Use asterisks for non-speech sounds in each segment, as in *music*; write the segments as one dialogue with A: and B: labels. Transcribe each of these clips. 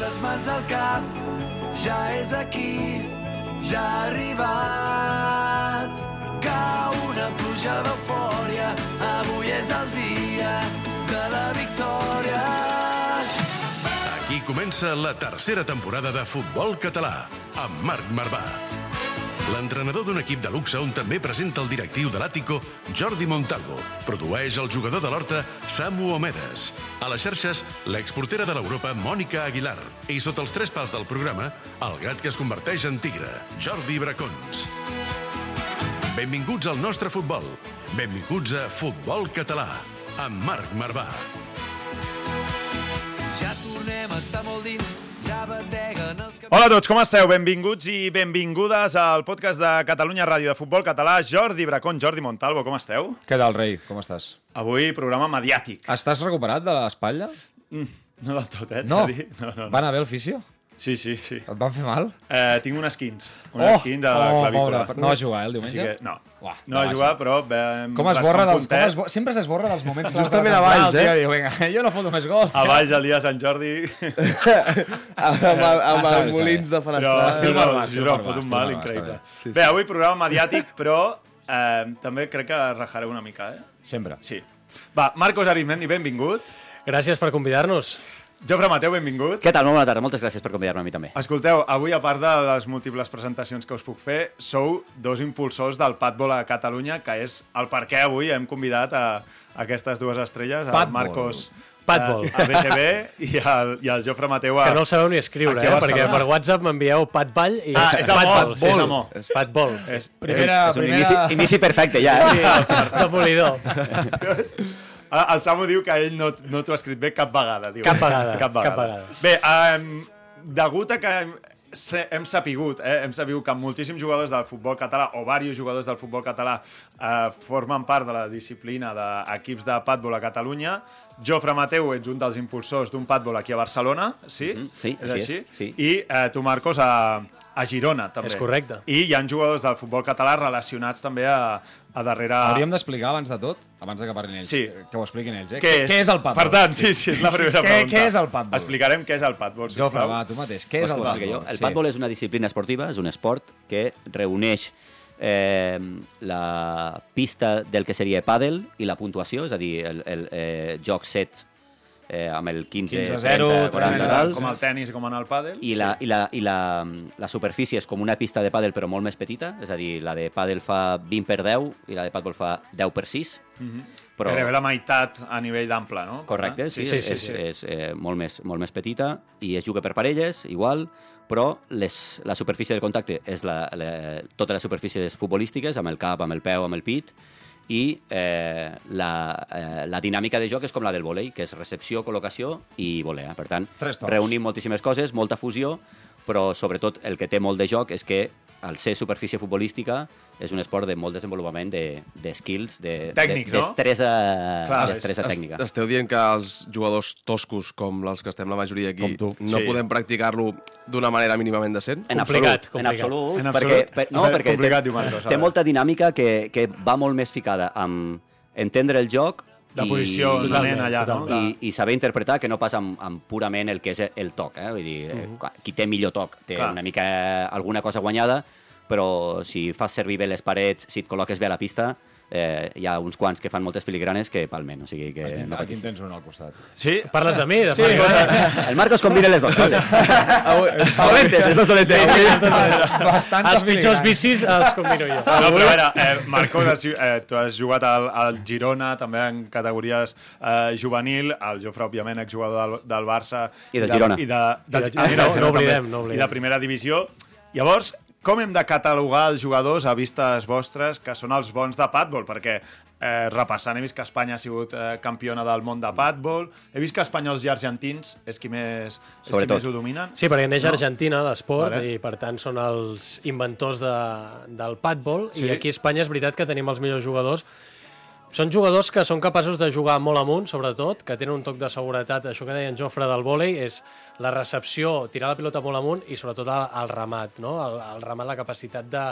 A: les mans al cap, ja és aquí, ja ha arribat. Cau una pluja d'eufòria, avui és el dia de la victòria.
B: Aquí comença la tercera temporada de Futbol Català, amb Marc Marvà. L'entrenador d'un equip de luxe on també presenta el directiu de l'Àtico, Jordi Montalvo. Produeix el jugador de l'Horta, Samu Omedes. A les xarxes, l'exportera de l'Europa, Mònica Aguilar. I sota els tres pals del programa, el gat que es converteix en tigre, Jordi Bracons. Benvinguts al nostre futbol. Benvinguts a Futbol Català, amb Marc Marvà.
A: Ja tornem a estar molt dins, ja bateguen els camins.
C: Hola a tots, com esteu? Benvinguts i benvingudes al podcast de Catalunya Ràdio de Futbol Català. Jordi Bracón, Jordi Montalvo, com esteu?
D: Què tal, rei? Com estàs?
C: Avui programa mediàtic.
D: Estàs recuperat de l'espatlla?
C: No del tot, eh? t'he
D: *laughs* No.
C: de dir. no, no, no.
D: Va anar bé el fisio?
C: Sí, sí, sí.
D: Et van fer mal?
C: Eh, tinc unes quins. Unes quins a la
D: oh,
C: clavícula.
D: pobre, no va jugar, eh, el
C: Així
D: diumenge?
C: que, no.
D: Uah,
C: no va
D: baixa.
C: jugar, però... Vam
D: Com es
C: rascar
D: borra
C: un
D: dels... Com
C: puntet.
D: es bo... Sempre s'esborra dels
C: *laughs*
D: moments claus
E: Justament
D: la
E: a
D: temporada,
E: baix,
D: el tio,
E: eh?
D: Diu, vinga, jo no foto més gols.
C: A baix, el dia de Sant Jordi...
D: *laughs*
E: amb, amb, amb
D: Està bé,
E: els
D: està
E: molins
D: bé.
E: de
C: però...
E: Fenestral.
D: estil
C: no,
D: Barbà, estil
C: juro, em
D: Barbà,
C: fot un
D: estil
C: mal
D: Barbà,
C: increïble.
D: està bé.
E: Sí, sí.
C: Bé, avui programa mediàtic, *laughs* però eh, també crec que rajaré una mica, eh?
D: Sempre.
C: Sí. Va, Marcos Arizmendi, benvingut.
F: Gràcies per convidar-nos.
C: Jofre Mateu, benvingut.
G: Què tal? Molt bona tarda. Moltes gràcies per convidar-me a mi també.
C: Escolteu, avui, a part de les múltiples presentacions que us puc fer, sou dos impulsors del Patbol a Catalunya, que és el per què avui hem convidat a aquestes dues estrelles, el
D: Patbol.
C: Marcos
F: Patbol.
C: eh, a BTV i el, i el Jofre Mateu a...
F: Que no el sabeu ni escriure,
C: Aquí a
F: eh? perquè
C: Barcelona.
F: per WhatsApp m'envieu patball i
C: Ah, és amor, és amor.
F: Sí, és patbol.
C: És,
D: Primera,
G: és un
D: primera...
G: inici, inici perfecte, ja. Eh?
F: De polidor.
C: Ah, El Samu diu que ell no, no t'ho ha escrit bé cap vegada. Diu.
F: Cap vegada,
C: Cap vegada.
F: cap vegada.
C: Bé, um, degut a que hem, se- hem sapigut, eh, hem sabut que moltíssims jugadors del futbol català o diversos jugadors del futbol català eh, formen part de la disciplina d'equips de pàtbol a Catalunya. Jofre Mateu, ets un dels impulsors d'un pàtbol aquí a Barcelona, sí?
G: Mhm, sí,
C: és
G: així
C: així.
G: és, sí.
C: I eh, tu, Marcos, a, a Girona, també.
F: És correcte.
C: I hi ha jugadors del futbol català relacionats també a, a darrere...
D: Hauríem d'explicar abans de tot, abans de que parlin ells,
C: Ah. Sí.
D: que ho expliquin ells, eh?
C: Què és?
D: Què és el patbol?
C: Per tant, sí, sí, és la primera
D: Què-
C: pregunta.
D: què és el patbol?
C: Explicarem què és el patbol, sisplau.
D: Jofre, va, tu mateix. Què és el
G: Vols que
D: patbol?
G: jo? El pàtbol és una disciplina esportiva, és un esport que reuneix eh, la pista del que seria pàdel i la puntuació, és a dir, el, el eh, joc set eh, amb el 15,
D: 15 a 0,
G: 30,
D: 30,
G: 40
D: tal.
C: Com el tennis i com en el pàdel.
G: i la, i la, i la, la superfície és com una pista de pàdel però molt més petita, és a dir, la de pàdel fa 20 per 10 i la de pàdel fa 10 per 6,
C: Però... Gairebé la meitat a nivell d'ample, no? Ah,
G: Correcte, sí,
F: Sí, sí,
G: sí, sí, és,
F: sí,
G: és, és eh, molt, més, molt més petita i es juga per parelles, igual, però les, la superfície del contacte és la, la, totes les superfícies futbolístiques, amb el cap, amb el peu, amb el pit, i eh, la, eh, la dinàmica de joc és com la del volei, que és recepció, col·locació i volea. Per tant,
D: Tres tocs.
G: reunim moltíssimes coses, molta fusió, però sobretot el que té molt de joc és que al ser superfície futbolística és un esport de molt desenvolupament de, de skills, de,
C: Tècnic,
G: de,
C: no?
G: destresa,
C: Clar,
G: destresa
E: Es-
G: tècnica.
E: Esteu dient que els jugadors toscos, com els que estem la majoria aquí,
D: Com tu.
E: no
C: Sí.
E: podem practicar-lo d'una manera mínimament decent?
G: En
F: Complicat,
G: absolut,
F: complicat.
G: En absolut,
C: En
G: perquè,
C: absolut.
G: per, no,
C: A veure,
G: perquè
C: complicat,
G: té,
C: diu Marcos, a
G: té
C: veure.
G: molta dinàmica que, que va molt més ficada amb entendre el joc
C: La posició, la
F: Totalment,
C: nena allà, no?
G: i, i saber interpretar que no passa amb, amb purament el que és el toc. Eh? Vull dir, eh, qui té millor toc té
C: Mhm. Clar.
G: una mica eh, alguna cosa guanyada, però si fas servir bé les parets, si et col·loques bé a la pista, eh, hi ha uns quants que fan moltes filigranes que palmen. O sigui que no
D: Eh, Aquí en
G: patis.
D: tens un al costat.
C: Sí?
F: Parles de mi? De sí,
G: El Marcos combina les dues coses. Dolentes, les dues dolentes.
D: Bastant
F: Els pitjors bicis els combino jo.
C: No, però a veure, eh, Marcos, has, eh, tu has jugat al, al Girona, també en categories eh, juvenil, el Jofre, òbviament, exjugador del, del Barça.
G: I del
C: de-
G: Girona.
C: I de, del,
F: I del
C: ah, del
F: Girona, no
C: també.
F: oblidem, no oblidem.
C: I de primera divisió. Llavors, com hem de catalogar els jugadors a vistes vostres que són els bons de pàtbol? Perquè eh, repassant, he vist que Espanya ha sigut eh, campiona del món de pàtbol, he vist que espanyols i argentins és qui més, és qui
G: Sobretot.
C: més ho dominen.
F: Sí, perquè neix a Argentina, l'esport,
C: Vale.
F: i per tant són els inventors de, del patbol,
C: Sí.
F: i aquí a Espanya és veritat que tenim els millors jugadors. Són jugadors que són capaços de jugar molt amunt, sobretot, que tenen un toc de seguretat. Això que deia en Jofre del vòlei és la recepció, tirar la pilota molt amunt i sobretot el, el remat, no? El, el remat, la capacitat de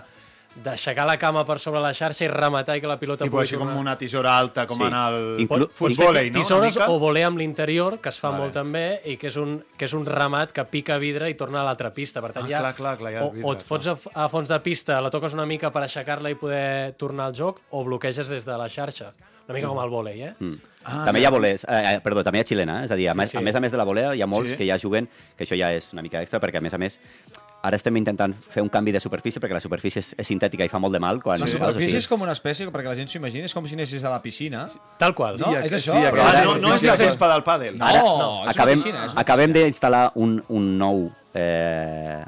F: d'aixecar la cama per sobre la xarxa i rematar i que la pilota
C: Tipo així com una tisora alta, com
G: Sí.
C: en el
G: Inclu-
C: futbol, eh, no?
F: Tisores
C: Una mica?
F: o voler amb l'interior, que es fa
C: Vale.
F: molt també, i que és, un, que és un ramat que pica vidre i torna a l'altra pista. Per tant,
C: Ah,
F: ja,
C: clar, clar, clar, ja
F: o,
C: vidre,
F: o et fots a, a fons de pista, la toques una mica per aixecar-la i poder tornar al joc, o bloqueges des de la xarxa. Una mica com el vòlei, eh? Mm.
G: Ah, també hi ha volers, eh, eh, perdó, també hi ha xilena, eh? és a dir, a, sí, més,
F: sí.
G: sí. a més a més de la volea hi ha molts
C: Sí.
G: sí. que ja juguen, que això ja és una mica extra, perquè a més a més ara estem intentant fer un canvi de superfície, perquè la superfície és, és sintètica i fa molt de mal. Quan
D: La
G: jugues,
D: superfície és com una espècie, perquè la gent s'ho imagina, és com si anessis a la piscina.
F: Tal qual.
D: No, és això.
E: sí,
G: Però ara-
C: Ah, No, no és la gespa del pàdel.
D: No,
G: Ara,
D: no, és una
G: acabem,
D: piscina, és una
G: acabem d'instal·lar un, un nou eh,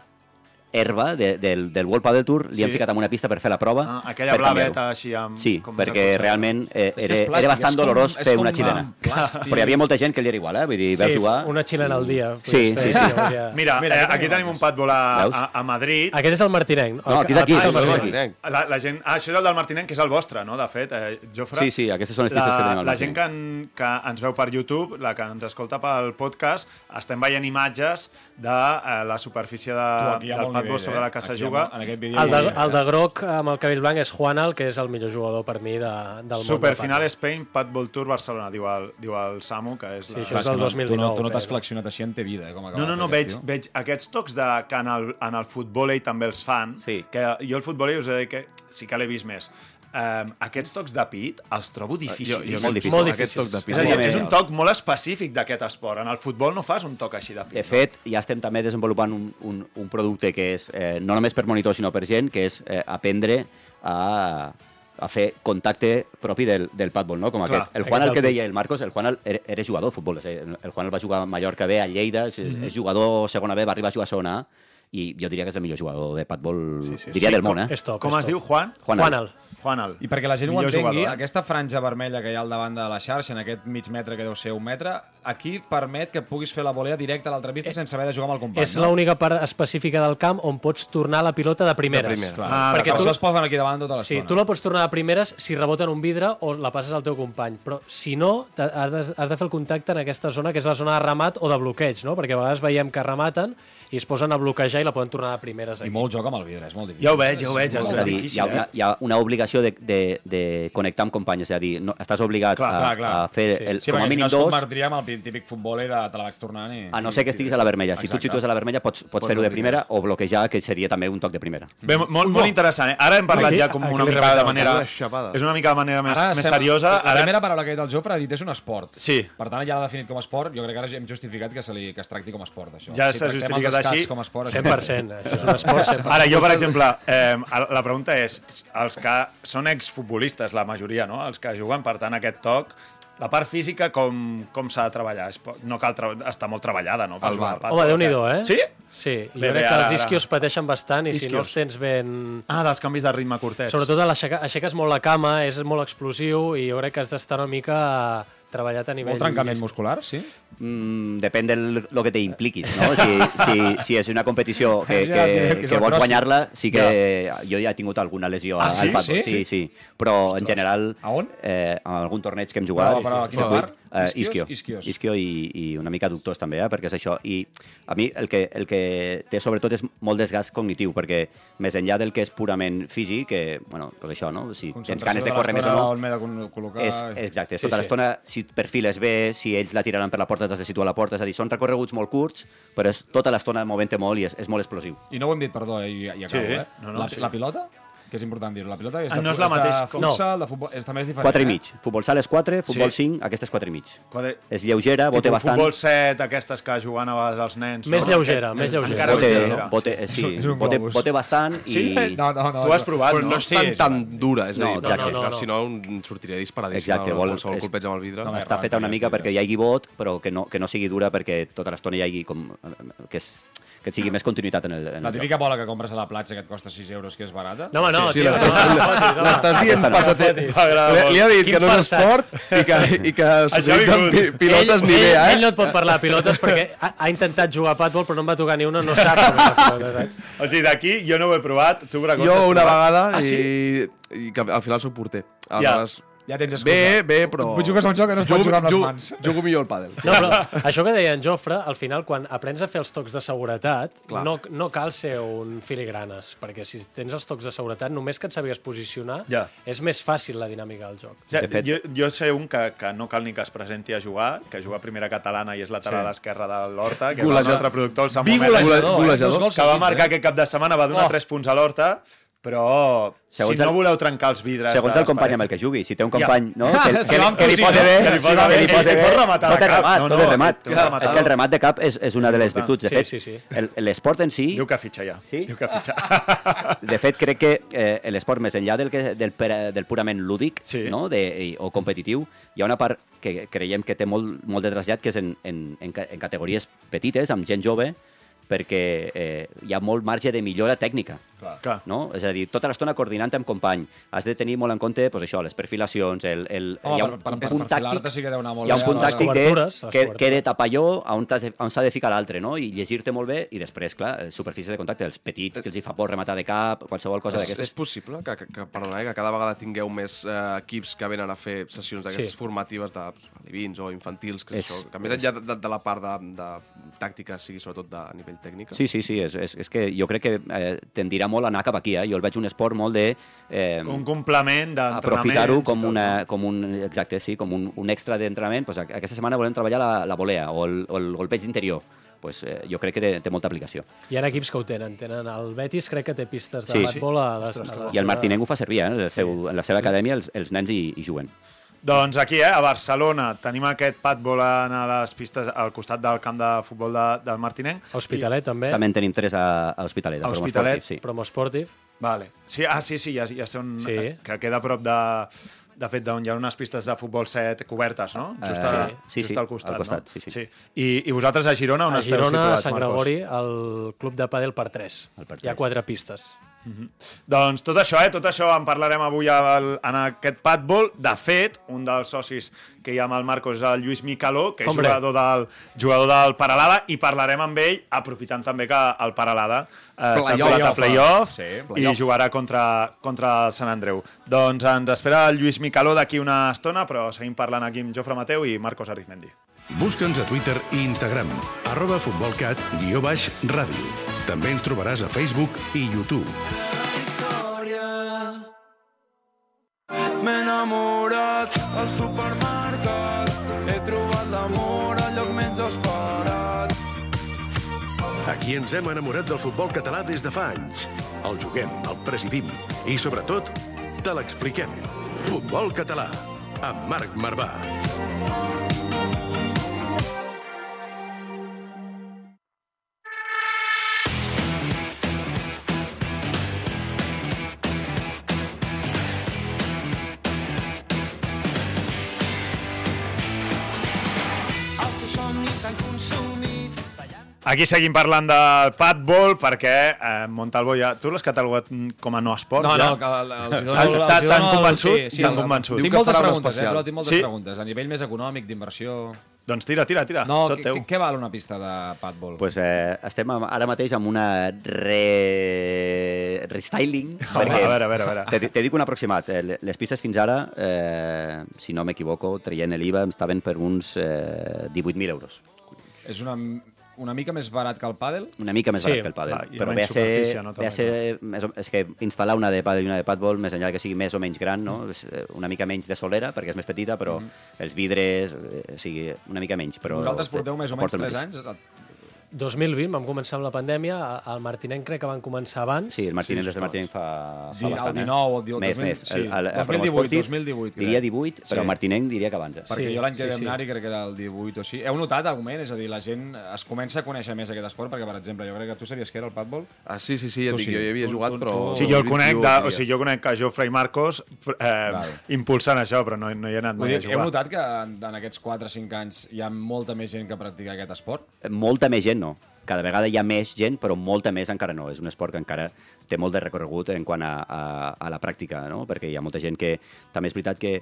G: herba de, del, del World Padel Tour, li
C: Sí.
G: hem ficat en una pista per fer la prova.
C: Ah, aquella
G: per canviar-ho.
C: blaveta així amb...
G: Sí,
C: com
G: perquè
C: una cosa-
G: realment eh,
D: És que
G: era,
D: és plàstic,
G: era bastant
D: és com-
G: dolorós
D: és
G: fer
D: com
G: una
D: un
G: xilena.
D: plàstic.
G: Però hi havia molta gent que li era igual, eh? Vull dir, veus
F: sí,
G: jugar...
F: una xilena al dia.
G: Sí, sí, sí.
F: Hauria...
C: Mira,
D: Mira,
C: eh,
D: aquí
C: aquí
D: tenim
C: tenim un patbol a,
G: Veus?
C: a, a Madrid.
F: Aquest és el martinenc.
G: No, aquest d'aquí,
F: El-
G: això
F: el-
G: és
F: el-
G: el
F: el-
G: martinenc.
C: La, la gent... Ah, això és el del Martinenc, que és el vostre, no?, de fet, eh, Jofre.
G: Sí, sí, aquestes són les pistes
C: la,
G: que tenim al
C: La gent
G: Martinenc.
C: que, en, que ens veu per YouTube, la que ens escolta pel podcast, estem veient imatges de eh, la superfície de,
D: Tu, aquí hi ha
C: del
D: molt
C: patbol
D: nivell,
C: sobre
D: eh?
C: la que se
D: Aquí hi ha
C: juga.
D: molt- en aquest vídeo
F: El de,
D: hi ha-
F: el de groc amb el cabell blanc és Juanal, que és el millor jugador per mi de, del món.
C: Superfinal
F: de pàdel.
C: Spain, Patbol Tour Barcelona, diu el, diu el Samu, que és...
F: Sí,
C: la...
F: això és del
D: Clar, que no, Tu
F: 2019.
D: no, tu no t'has
F: però-
D: flexionat així en ta vida, eh, com acaba
C: No, no, no,
D: aquest,
C: veig,
D: tio.
C: veig aquests tocs de, que en el, en el futbol ell també els fan,
G: Sí.
C: que jo el futbol ell us he de dir que sí que l'he vist més. Um, aquests tocs de pit els trobo difícils.
G: jo- Molt difícil.
F: Molt
E: Aquest toc de
C: és a
E: pit.
C: dir,
G: Molt
C: és un
G: bé.
C: toc molt específic d'aquest esport. En el futbol no fas un toc així de pit.
G: De fet, ja estem també desenvolupant un, un, un producte que és eh, no només per monitors, sinó per gent, que és eh, aprendre a, a fer contacte propi del, del padball, no? Com
C: Clar,
G: aquest. El
F: aquest
G: Juan, el que
F: output.
G: deia el Marcos, el Juan era, era jugador de futbol. És a dir, El Juan el va jugar a Mallorca B, a Lleida, és, és jugador segona B, va arribar a jugar a segona A, i jo diria que és el millor jugador de padbol, sí, sí, diria sí, del món, eh?
F: És top,
C: Com
F: és
C: es
F: top.
C: diu, Juan?
G: Juanal.
F: Juanal.
C: Juanal.
D: I perquè la gent ho
C: Millor
D: entengui,
C: jugador, eh?
D: aquesta franja vermella que hi ha al davant de la xarxa, en aquest mig metre que deu ser un metre, aquí permet que puguis fer la volea directa a l'altra pista sense haver de jugar amb el company.
F: Eh, És
D: no?
F: l'única part específica del camp on pots tornar la pilota de primeres.
E: De primera.
D: Clar,
C: Ah,
D: perquè
F: d'acord.
D: tu... es posen aquí davant tota
F: Sí,
D: l'estona.
F: tu la pots tornar de primeres si rebota en un vidre o la passes al teu company, però si no, t'ha- has de, has de fer el contacte en aquesta zona, que és la zona de remat o de bloqueig, no? perquè a vegades veiem que rematen i es posen a bloquejar i la poden tornar de primeres.
D: I
F: Aquí.
D: molt joc amb el vidre, és molt difícil.
C: Ja ho veig, ja ho veig. És
G: És a
C: molt
G: dir, hi ha
C: difícil,
G: una,
C: eh?
G: hi ha una obligació de, de, de connectar amb companys, és a dir, no, estàs obligat
C: Clar,
G: a,
D: clar, clar.
G: a fer el,
D: sí,
G: com a
D: perquè si
G: mínim
D: no es
G: dos,
D: convertiria en el típic futboler de te la vaig tornant i...
G: A no ser que estiguis a la vermella. Si tu et
D: Exacte.
G: situes a la vermella, pots, pots fer-ho de primera o bloquejar, que seria també un toc de primera.
C: Bé, molt, molt interessant, eh? Ara hem parlat
F: Aquí-
C: ja com
F: aquí
C: una
F: li
C: mica de
F: rematava.
C: manera...
E: Una xapada.
C: És una mica de manera més, més
D: sembla-
C: seriosa.
D: La
C: Ara,
D: primera paraula que ha dit el Jofre ha dit és un esport.
C: Sí.
D: Per tant, ja l'ha definit com a esport. Jo crec que ara hem justificat que, se li, que es tracti com a esport, això.
C: Ja
D: si
C: s'ha
D: tractem els
C: justificat
D: escacs
C: així,
D: Com a esport,
F: 100%. Això és un esport 100%.
C: Ara, jo, per exemple, eh, la pregunta és, els que són exfutbolistes, la majoria, no? Els que juguen, per tant, aquest toc, la part física com, com s'ha de treballar? Es pot, no cal tre- estar molt treballada, no? Per
E: Al
C: jugar
E: bar.
C: al pàdel.
F: Home, Déu-n'hi-do, eh?
C: Sí?
F: Sí, jo
C: Bé,
F: crec
C: bé,
F: que
C: ara,
F: els
C: ara.
F: isquios pateixen bastant i si
C: Isquios.
F: no els tens ben...
C: Ah, dels canvis de ritme curtets.
F: Sobretot a l'aixeca- aixeques molt la cama, és molt explosiu i jo crec que has d'estar una mica treballat a nivell...
D: *laughs* Molt trencament muscular, sí?
G: Mm, depèn del lo que te impliquis, no? Si, si, si és una
D: *laughs*
G: competició que,
D: Ja,
G: que,
D: que és
G: que
D: el
G: vols
D: crossfit.
G: guanyar-la, sí que jo ja he tingut alguna lesió
C: Ah, sí?
G: al pàdol.
D: Sí?
G: Sí, sí. Però, en general,
D: A on?
G: eh, en algun torneig que hem jugat...
D: Però- però a quin
G: circuit,
D: bar?
G: eh,
D: Isquios?
G: Isquio.
D: Isquios.
G: Isquio i, i una mica doctors, també, eh? perquè és això. I a mi el que, el que té, sobretot, és molt desgast cognitiu, perquè més enllà del que és purament físic, que, bueno, pues això, no? Si tens ganes de córrer més o no...
D: On m'he de col- col·locar...
G: És, exacte, és
F: Sí,
G: tota
F: sí.
G: l'estona, si et perfiles bé, si ells la tiraran per la porta, t'has de situar a la porta, és a dir, són recorreguts molt curts, però és tota l'estona movent-te molt i és, és molt explosiu.
D: I no ho hem dit, perdó, eh, i, i acabo,
C: Sí,
D: eh?
C: no, no,
D: la,
C: sí.
D: la pilota? Que és important dir-ho. La pilota és
C: Ah,
D: de,
C: no és
D: fu-
C: la
D: de
C: mateixa-
D: futsal, de futbol... És, també és diferent.
G: 4 i
D: eh?
G: mig. Futbol sala és 4, futbol
C: Sí.
G: 5, aquesta és 4 i mig.
C: Quadre...
G: És lleugera, Eh, bote
C: Tipo
G: bastant.
C: futbol 7, aquestes que juguen a vegades els nens.
F: Més
C: no?
F: lleugera,
C: Aquest-
F: més lleugera.
C: Encara
G: bote,
C: més lleugera.
G: bote, eh, sí,
D: És un- és un
G: bote,
D: globus.
G: bote bastant i...
C: Sí? eh?
D: No, no, no.
C: Tu has provat,
E: Però no
C: no?
E: és
D: Sí,
E: tan,
D: és
E: tan dura, és a
G: No,
E: dir,
G: exacte.
E: perquè,
F: No, no,
E: clar,
F: no.
E: si no un sortiria disparadíssim
G: Exacte,
E: no,
G: vol-
E: qualsevol
G: és-
E: colpeig amb el vidre.
D: No,
G: Està feta una mica perquè hi hagi vot, però que no, que no sigui dura perquè tota l'estona hi hagi com... eh, Que, és, que sigui més continuïtat en el, en
D: La
G: el joc.
D: típica bola que compres a la platja que et costa 6 euros, que és barata.
F: No, home, no,
E: Sí,
F: tio, no,
E: l'estàs-
F: no, fotis, home.
E: L'estàs dient passatet.
C: M'agrada
E: Li,
C: molt.
E: li ha dit
F: Quin
E: que no és
F: farsat.
E: esport i que, i que s'utilitzen
C: vingut.
E: pi, pilotes ni
F: ell,
E: idea,
F: Ell no
E: eh?
F: et pot parlar de pilotes perquè ha, ha intentat jugar a pàtbol però no en va tocar ni una, no sap com és la pilota, saps?
C: O sigui, d'aquí jo no ho he provat, tu, Bracot,
E: Jo
C: t'has
E: una
C: provat?
E: vegada
C: Ah, sí?
E: i, i que al final soc porter. Aleshores,
D: Ja tens excusa.
E: Bé, bé, però...
H: Jugues a un joc que no es pot jugar amb les
E: ju-
H: mans.
E: Jugo millor al pàdel.
F: No, però això que deia en Jofre, al final, quan aprens a fer els tocs de seguretat,
E: Clar.
F: no, no cal ser un filigranes, perquè si tens els tocs de seguretat, només que et sàpigues posicionar,
C: Ja.
F: és més fàcil la dinàmica del joc.
C: Ja,
G: De fet-
C: jo, jo sé un que, que no cal ni que es presenti a jugar, que juga a primera catalana i és lateral sí. esquerra de l'Horta, que era el
E: Goleja-
C: nostre productor, el Samu
D: Vigolejador,
C: Mena,
E: Gole- golejador.
D: Dos gols
C: que va
D: seguits,
C: marcar
D: eh?
C: aquest cap de setmana, va donar
D: Oh.
C: oh. 3 punts a l'Horta, però
G: Segons
C: si no
G: el-
C: voleu trencar els vidres...
G: Segons
C: de
G: el
C: les
G: company amb
C: parets.
G: el que jugui, si té un
C: Ja.
G: company
C: *laughs*
G: no? que, que,
D: Si
G: li-
D: va amb
G: que li
D: fusil,
G: posa
D: no?
G: bé,
C: Que li
G: si
C: posa
G: va
C: bé,
G: li posa
C: ell
G: bé,
C: pot rematar
G: tot
C: de
G: el
C: cap.
G: remat,
C: No,
G: tot
C: no,
G: el remat.
C: té de rematar.
G: És que el remat de cap és, és una de les
C: Important.
G: virtuts. De
F: Sí,
G: fet,
F: sí, sí.
G: el- l'esport en si,
C: Diu que fitxa ja.
G: Sí? Ah,
C: Diu que fitxa.
G: de fet, crec que eh, l'esport més enllà del, que, del, pera- del purament lúdic
C: Sí.
G: no? de, i- o competitiu, hi ha una part que creiem que té molt, molt de trasllat, que és en, en, en, ca- en categories petites, amb gent jove, perquè eh, hi ha molt marge de millora tècnica.
C: Clar.
G: No? És a dir, tota l'estona coordinant amb company. Has de tenir molt en compte pues, això, les perfilacions, el, el,
D: Home, per, per, per, per filar-te sí que deu anar molt
G: hi ha un
D: bé,
G: punt
D: la cosa.
G: tàctic
F: les
G: de
F: cobertures, les
G: que,
F: cobertures.
G: que he de tapar jo a on t'has de- on s'ha de ficar l'altre, no? I llegir-te molt bé i després, clar, eh, superfícies de contacte, els petits, que els hi fa por rematar de cap, qualsevol cosa
E: És, és
G: d'aquestes.
E: possible que, que, que, perdona, eh, que cada vegada tingueu més eh, equips que venen a fer sessions d'aquestes
F: Sí.
E: sí. formatives de pues, alevins o infantils, que,
G: És-
E: és, això, que més enllà de, de, de la part de, de tàctica sigui sobretot de, a nivell tècnic.
G: Sí, sí, sí, és, és, és que jo crec que eh, tendirà molt a anar cap aquí, eh? Jo el veig un esport molt de... Eh,
C: Un complement d'entrenament.
G: aprofitar-ho com, una, com un, exacte, sí, com un, un extra d'entrenament. Pues, a- aquesta setmana volem treballar la, la volea o el, o el golpeig d'interior. Pues, eh, jo crec que té, té molta aplicació.
F: Hi ha equips que ho tenen. tenen el Betis crec que té pistes de
G: Sí.
F: sí. handball a les... a les-
G: I el Martinenc ho fa servir, eh? En, el seu, en la seva acadèmia els, els nens hi, hi juguen.
C: Doncs aquí, eh, a Barcelona, tenim aquest patbol a les pistes al costat del camp de futbol de, del Martinenc.
F: a Hospitalet, també.
G: També en tenim tres a, a Hospitalet.
C: A
G: a Promo
C: Hospitalet,
G: Esportiu, sí.
F: Promosportiv.
C: Vale. Sí, ah, sí, sí, ja, ja sé on...
F: Sí.
C: Que queda a prop de... De fet, on hi ha unes pistes de futbol set cobertes, no? Just, a,
G: Eh, sí,
C: just
G: sí,
C: al costat,
G: al costat,
C: no?
G: sí, sí.
C: I, I vosaltres a Girona on
F: A
C: esteu
F: Girona, a
C: situats,
F: Sant
C: Marcos?
F: Gregori, al club de pàdel per 3.
G: El per
F: Hi ha
G: tres.
F: quatre pistes.
C: Doncs tot això, eh? Tot això en parlarem avui al- en aquest patbol. De fet, un dels socis que hi ha amb el Marcos és el Lluís Micaló, que és
F: Hombre.
C: jugador del, jugador del Paralada, i parlarem amb ell, aprofitant també que el Paralada eh, s'ha
E: Playoff.
C: posat a playoff
D: Sí,
C: i
D: playoff.
C: jugarà contra, contra el Sant Andreu. Doncs ens espera el Lluís Micaló d'aquí una estona, però seguim parlant aquí amb Jofre Mateu i Marcos Arizmendi.
B: Busca'ns a Twitter i Instagram, arroba futbolcat, guió baix, ràdio. També ens trobaràs a Facebook i YouTube.
A: victòria. M'he enamorat al supermercat, he trobat l'amor al lloc menys esperat.
B: Aquí ens hem enamorat del futbol català des de fa anys. El juguem, el presidim i, sobretot, te l'expliquem. Futbol català, amb Marc Marvà.
C: Aquí seguim parlant del patbol perquè eh, Montalvo ja... Tu l'has catalogat com a no esport?
D: No,
C: ja?
D: no, el, el, els hi dono...
C: T'han-
D: els hi dono
C: t'han
D: el-
C: convençut?
D: Sí, sí,
C: T'han
D: el-
C: convençut. Diu
D: Tinc
C: que
D: moltes
E: farà un
D: preguntes, eh,
E: especial.
D: però tinc moltes
C: Sí?
D: preguntes. A nivell més econòmic, d'inversió...
C: Doncs tira, tira, tira.
D: No,
C: Tot
D: què-
C: teu.
D: què, què val una pista de patbol?
G: Pues, eh, estem amb- ara mateix amb una re... restyling.
C: Home, *laughs* a veure, a veure, a veure.
G: Te, te dic un aproximat. Eh, le- Les pistes fins ara, eh, si no m'equivoco, traient l'IVA, em estaven per uns eh, 18.000 euros.
D: És una, una mica més barat que el pàdel?
G: Una mica més
F: Sí,
G: barat que el pàdel.
C: va, i
G: però
C: menys
G: ve a
C: superfície,
G: ser,
C: no?
G: ve a ser més, o- és que instal·lar una de pàdel i una de pàdbol, més enllà que sigui més o menys gran,
D: Mm.
G: no? és eh, una mica menys de solera, perquè és més petita, però els vidres, eh, o sigui, una mica menys. Però eh,
D: Vosaltres porteu més o menys
G: porta el
D: 3
G: mateix.
D: anys?
F: 2020 vam començar amb la pandèmia, a- al Martinenc crec que van començar abans.
G: Sí, el Martínez, sí, des
D: hòstia.
G: del Martínez fa,
D: Sí,
G: fa
D: el
G: bastant.
D: 19
G: eh?
D: o el 2000,
G: Més, més.
D: sí.
G: El, el, el,
D: 2018,
G: Promosportiv
D: 2018, crec.
G: Diria 18, però
D: Sí.
G: el Martinenc diria que abans.
D: Perquè
F: Sí,
D: jo l'any que
F: sí,
D: vam
F: sí.
D: anar-hi crec que era el 18 o així. Heu notat augment? És a dir, la gent es comença a conèixer més aquest esport, perquè, per exemple, jo crec que tu sabies que era el patbol?
E: Ah, sí, sí, sí, ja
D: Tu
E: et dic,
D: sí.
E: jo hi havia
D: Tu-
E: jugat,
D: tu-
E: però...
D: tu-
C: Sí, jo el conec, de, o
E: diria.
C: sigui, jo conec a Jofre i Marcos eh, impulsant això, però no, no hi he anat
D: Vull
C: mai
D: dir,
C: a
D: heu
C: jugar.
D: notat que en en aquests 4 o 5 anys hi ha molta més gent que practica aquest esport?
G: Molta més gent, no. Cada vegada hi ha més gent, però molta més encara no. És un esport que encara té molt de recorregut en quant a, a, a la pràctica, no? Perquè hi ha molta gent que... També és veritat que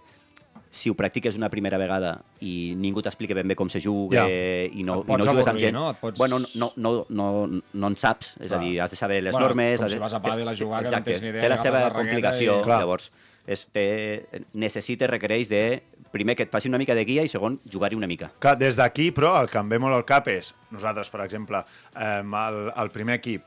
G: si ho practiques una primera vegada i ningú t'explica ben bé com se
C: Ja.
G: juga yeah. i no,
D: Et
G: i no
D: pots
G: jugues amb
D: avorrir,
G: gent,
D: no? Et pots-
G: bueno, no, no, no, no en saps, és a dir, has de saber les
D: Bueno,
G: normes...
D: com
G: has
D: si
G: de-
D: vas a pàdel a jugar, que no
G: Exacte,
D: tens ni idea,
G: té la
D: agafes
G: seva
D: la raqueta
G: complicació,
D: i-
G: i...
D: Clar.
G: llavors. És, té, necessita, requereix de, primer, que et passi una mica de guia i, segon, jugar-hi una mica.
C: Clar, des d'aquí, però, el que em ve molt al cap és, nosaltres, per exemple, eh, el, el primer equip,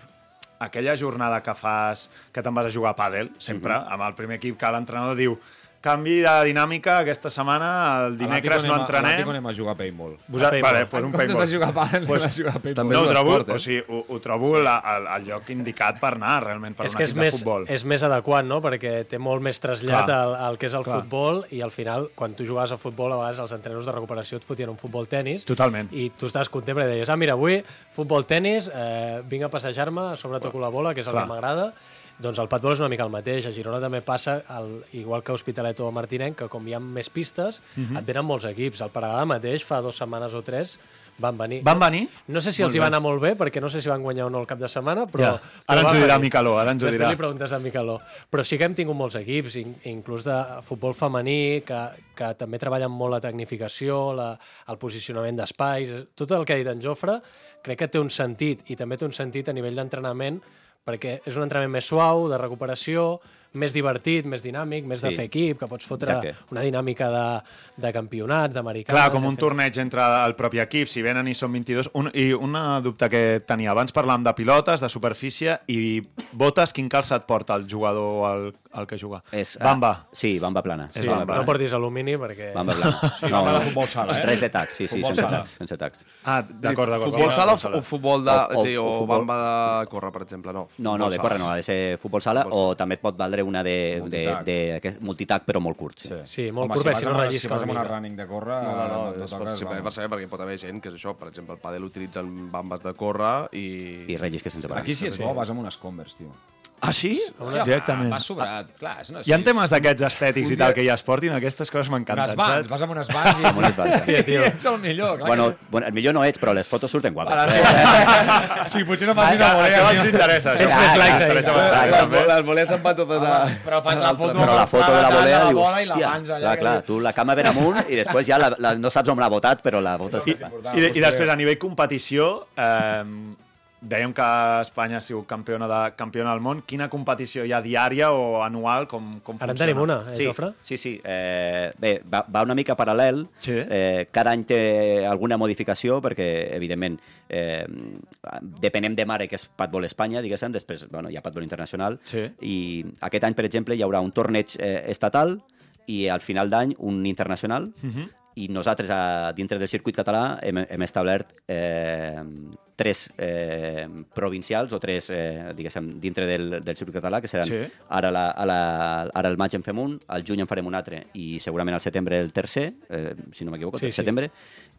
C: aquella jornada que fas, que te'n vas a jugar a pàdel, sempre,
E: Mhm.
C: mm -hmm. amb el primer equip, que l'entrenador diu canvi de dinàmica aquesta setmana, el dimecres no
D: L'Àtico
C: entrenem...
D: anem a jugar a paintball.
C: Vosa, vale, pues
D: en
C: un
D: comptes de
C: paintball.
D: jugar a pàdel,
C: Pues-
D: pues, a jugar a paintball.
E: També
C: No,
E: és
C: ho
E: un
C: trobo,
E: esport, eh?
C: o sigui, ho, ho trobo la, el, el lloc indicat per anar, realment, per
F: és
C: un
F: que és
C: equip
F: més,
C: de futbol.
F: és més adequat, no? Perquè té molt més trasllat
C: Clar.
F: al, al que és el
C: Clar.
F: futbol i al final, quan tu jugaves a futbol, a vegades els entrenadors de recuperació et fotien un futbol-tenis
C: Totalment.
F: i tu estaves content perquè deies, ah, mira, avui futbol-tenis, eh, vinc a passejar-me, sobretot amb la bola, que és el
C: Clar.
F: que m'agrada. Doncs el patbol és una mica el mateix. A Girona també passa, el, igual que a Hospitalet o a Martinenc, que com hi ha més pistes,
C: Mhm.
F: et venen molts equips. El Paragada mateix, fa dues setmanes o tres, van venir.
C: Van venir?
F: No sé si els hi va anar molt bé, perquè no sé si van guanyar o no el cap de setmana, però...
C: Ja. Ara ens
F: però va
C: ho dirà
F: venir.
C: Micaló, ara ens ho
F: Després
C: dirà.
F: li preguntes a Micaló. Però sí que hem tingut molts equips, in- inclús de futbol femení, que, que també treballen molt la tecnificació, la, el posicionament d'espais... Tot el que ha dit en Jofre crec que té un sentit, i també té un sentit a nivell d'entrenament, perquè és un entrenament més suau, de recuperació, més divertit, més dinàmic, més sí.
G: Sí.
F: de fer equip, que pots fotre
G: Exacte.
F: una dinàmica de, de campionats, d'americans...
C: Clar, com
F: de
C: un
F: fer-
C: torneig entre el propi equip, si venen i són 22. Un, I un dubte que tenia, abans parlàvem de pilotes, de superfície, i botes, quin calçat porta el jugador al, al que juga?
G: És,
C: Bamba.
G: ah, Sí, bamba plana.
C: És
G: Sí,
C: bamba.
F: No portis alumini perquè...
G: Bamba plana.
D: *laughs*
G: Sí,
D: bamba de futbol sala, eh?
G: Res de tacs, sí, sí,
D: Futbol
G: sense
D: sala.
G: tacs, sense tacs.
C: Ah, d'acord, d'acord.
E: Futbol sala o,
C: futbol
E: o futbol de...
G: O-
E: O,
G: o-
E: sí, o,
G: o
E: o
G: futbol-
E: bamba de córrer, per exemple, no.
G: No, no, de córrer no, ha de ser futbol sala
E: Futbol
G: o també et pot valdre una de, de, de,
D: Multitac.
G: aquest multitac però molt curt. Sí.
F: Sí, molt curt, perquè si no
D: amb una-
F: rellisca
D: Si vas
F: una
D: amb una
F: mica.
D: running de córrer...
E: No, no, no,
D: et
E: és per,
D: toques,
E: saber, per
D: vamos.
E: saber, perquè pot haver gent que és això. Per exemple, el padel utilitzen bambes de córrer i... *laughs*
G: I rellisques sense parar.
D: Aquí si ets bo vas amb unes Converse, tio.
C: Ah, sí?
D: Sí, home,
C: Directament.
D: Vas sobrat, clar. És una,
C: Hi ha temes d'aquests estètics i
D: Un
C: tal
D: dia-
C: que ja es portin, aquestes coses m'encanten,
D: Unes vans, vas amb unes vans i...
G: Amb unes vans.
D: Hòstia, tio. I ets el millor, clar.
G: Bueno, bueno, el millor no ets, però les fotos surten
D: Ara,
G: guapes. Eh,
D: no. sí, potser no facis una
C: Això
D: volea,
C: ens
D: tio.
C: interessa.
G: Tens
C: Això
G: més
C: ens
G: likes a
C: interessa
G: Instagram.
C: bastant,
G: Clar,
C: també.
E: Les voles se'n van totes a...
D: Però fas la foto,
G: però la foto de la volea
D: la
G: dius...
D: bola i la
G: "Hòstia,
D: mans allà.
G: clar, clar, tu la cama ben amunt i després ja la, la, no saps on l'ha botat, però la botes...
C: I, i, de- I després, a nivell competició, eh, dèiem que Espanya ha sigut campiona, de, campiona del món. Quina competició hi ha diària o anual? Com, com
F: Ara en
C: funciona?
F: tenim una, eh,
G: Sí,
F: Jofre?
G: sí, sí. Eh, bé, va, va una mica paral·lel.
C: Sí.
G: Eh, cada any té alguna modificació, perquè, evidentment, eh, depenem de mare, que és Patbol Espanya, diguéssim, després bueno, hi ha Patbol Internacional,
C: Sí.
G: i aquest any, per exemple, hi haurà un torneig eh, estatal i al final d'any un internacional,
C: Mhm.
G: i nosaltres, a, dintre del circuit català, hem, hem establert eh, tres eh, provincials, o tres, eh, diguéssim, dintre del, del circuit català, que seran
C: Sí.
G: sí. Ara, la, a la, ara el maig en fem un, al juny en farem un altre i segurament al setembre el tercer, eh, si no m'equivoco,
F: Sí,
G: sí,
F: sí.
G: setembre,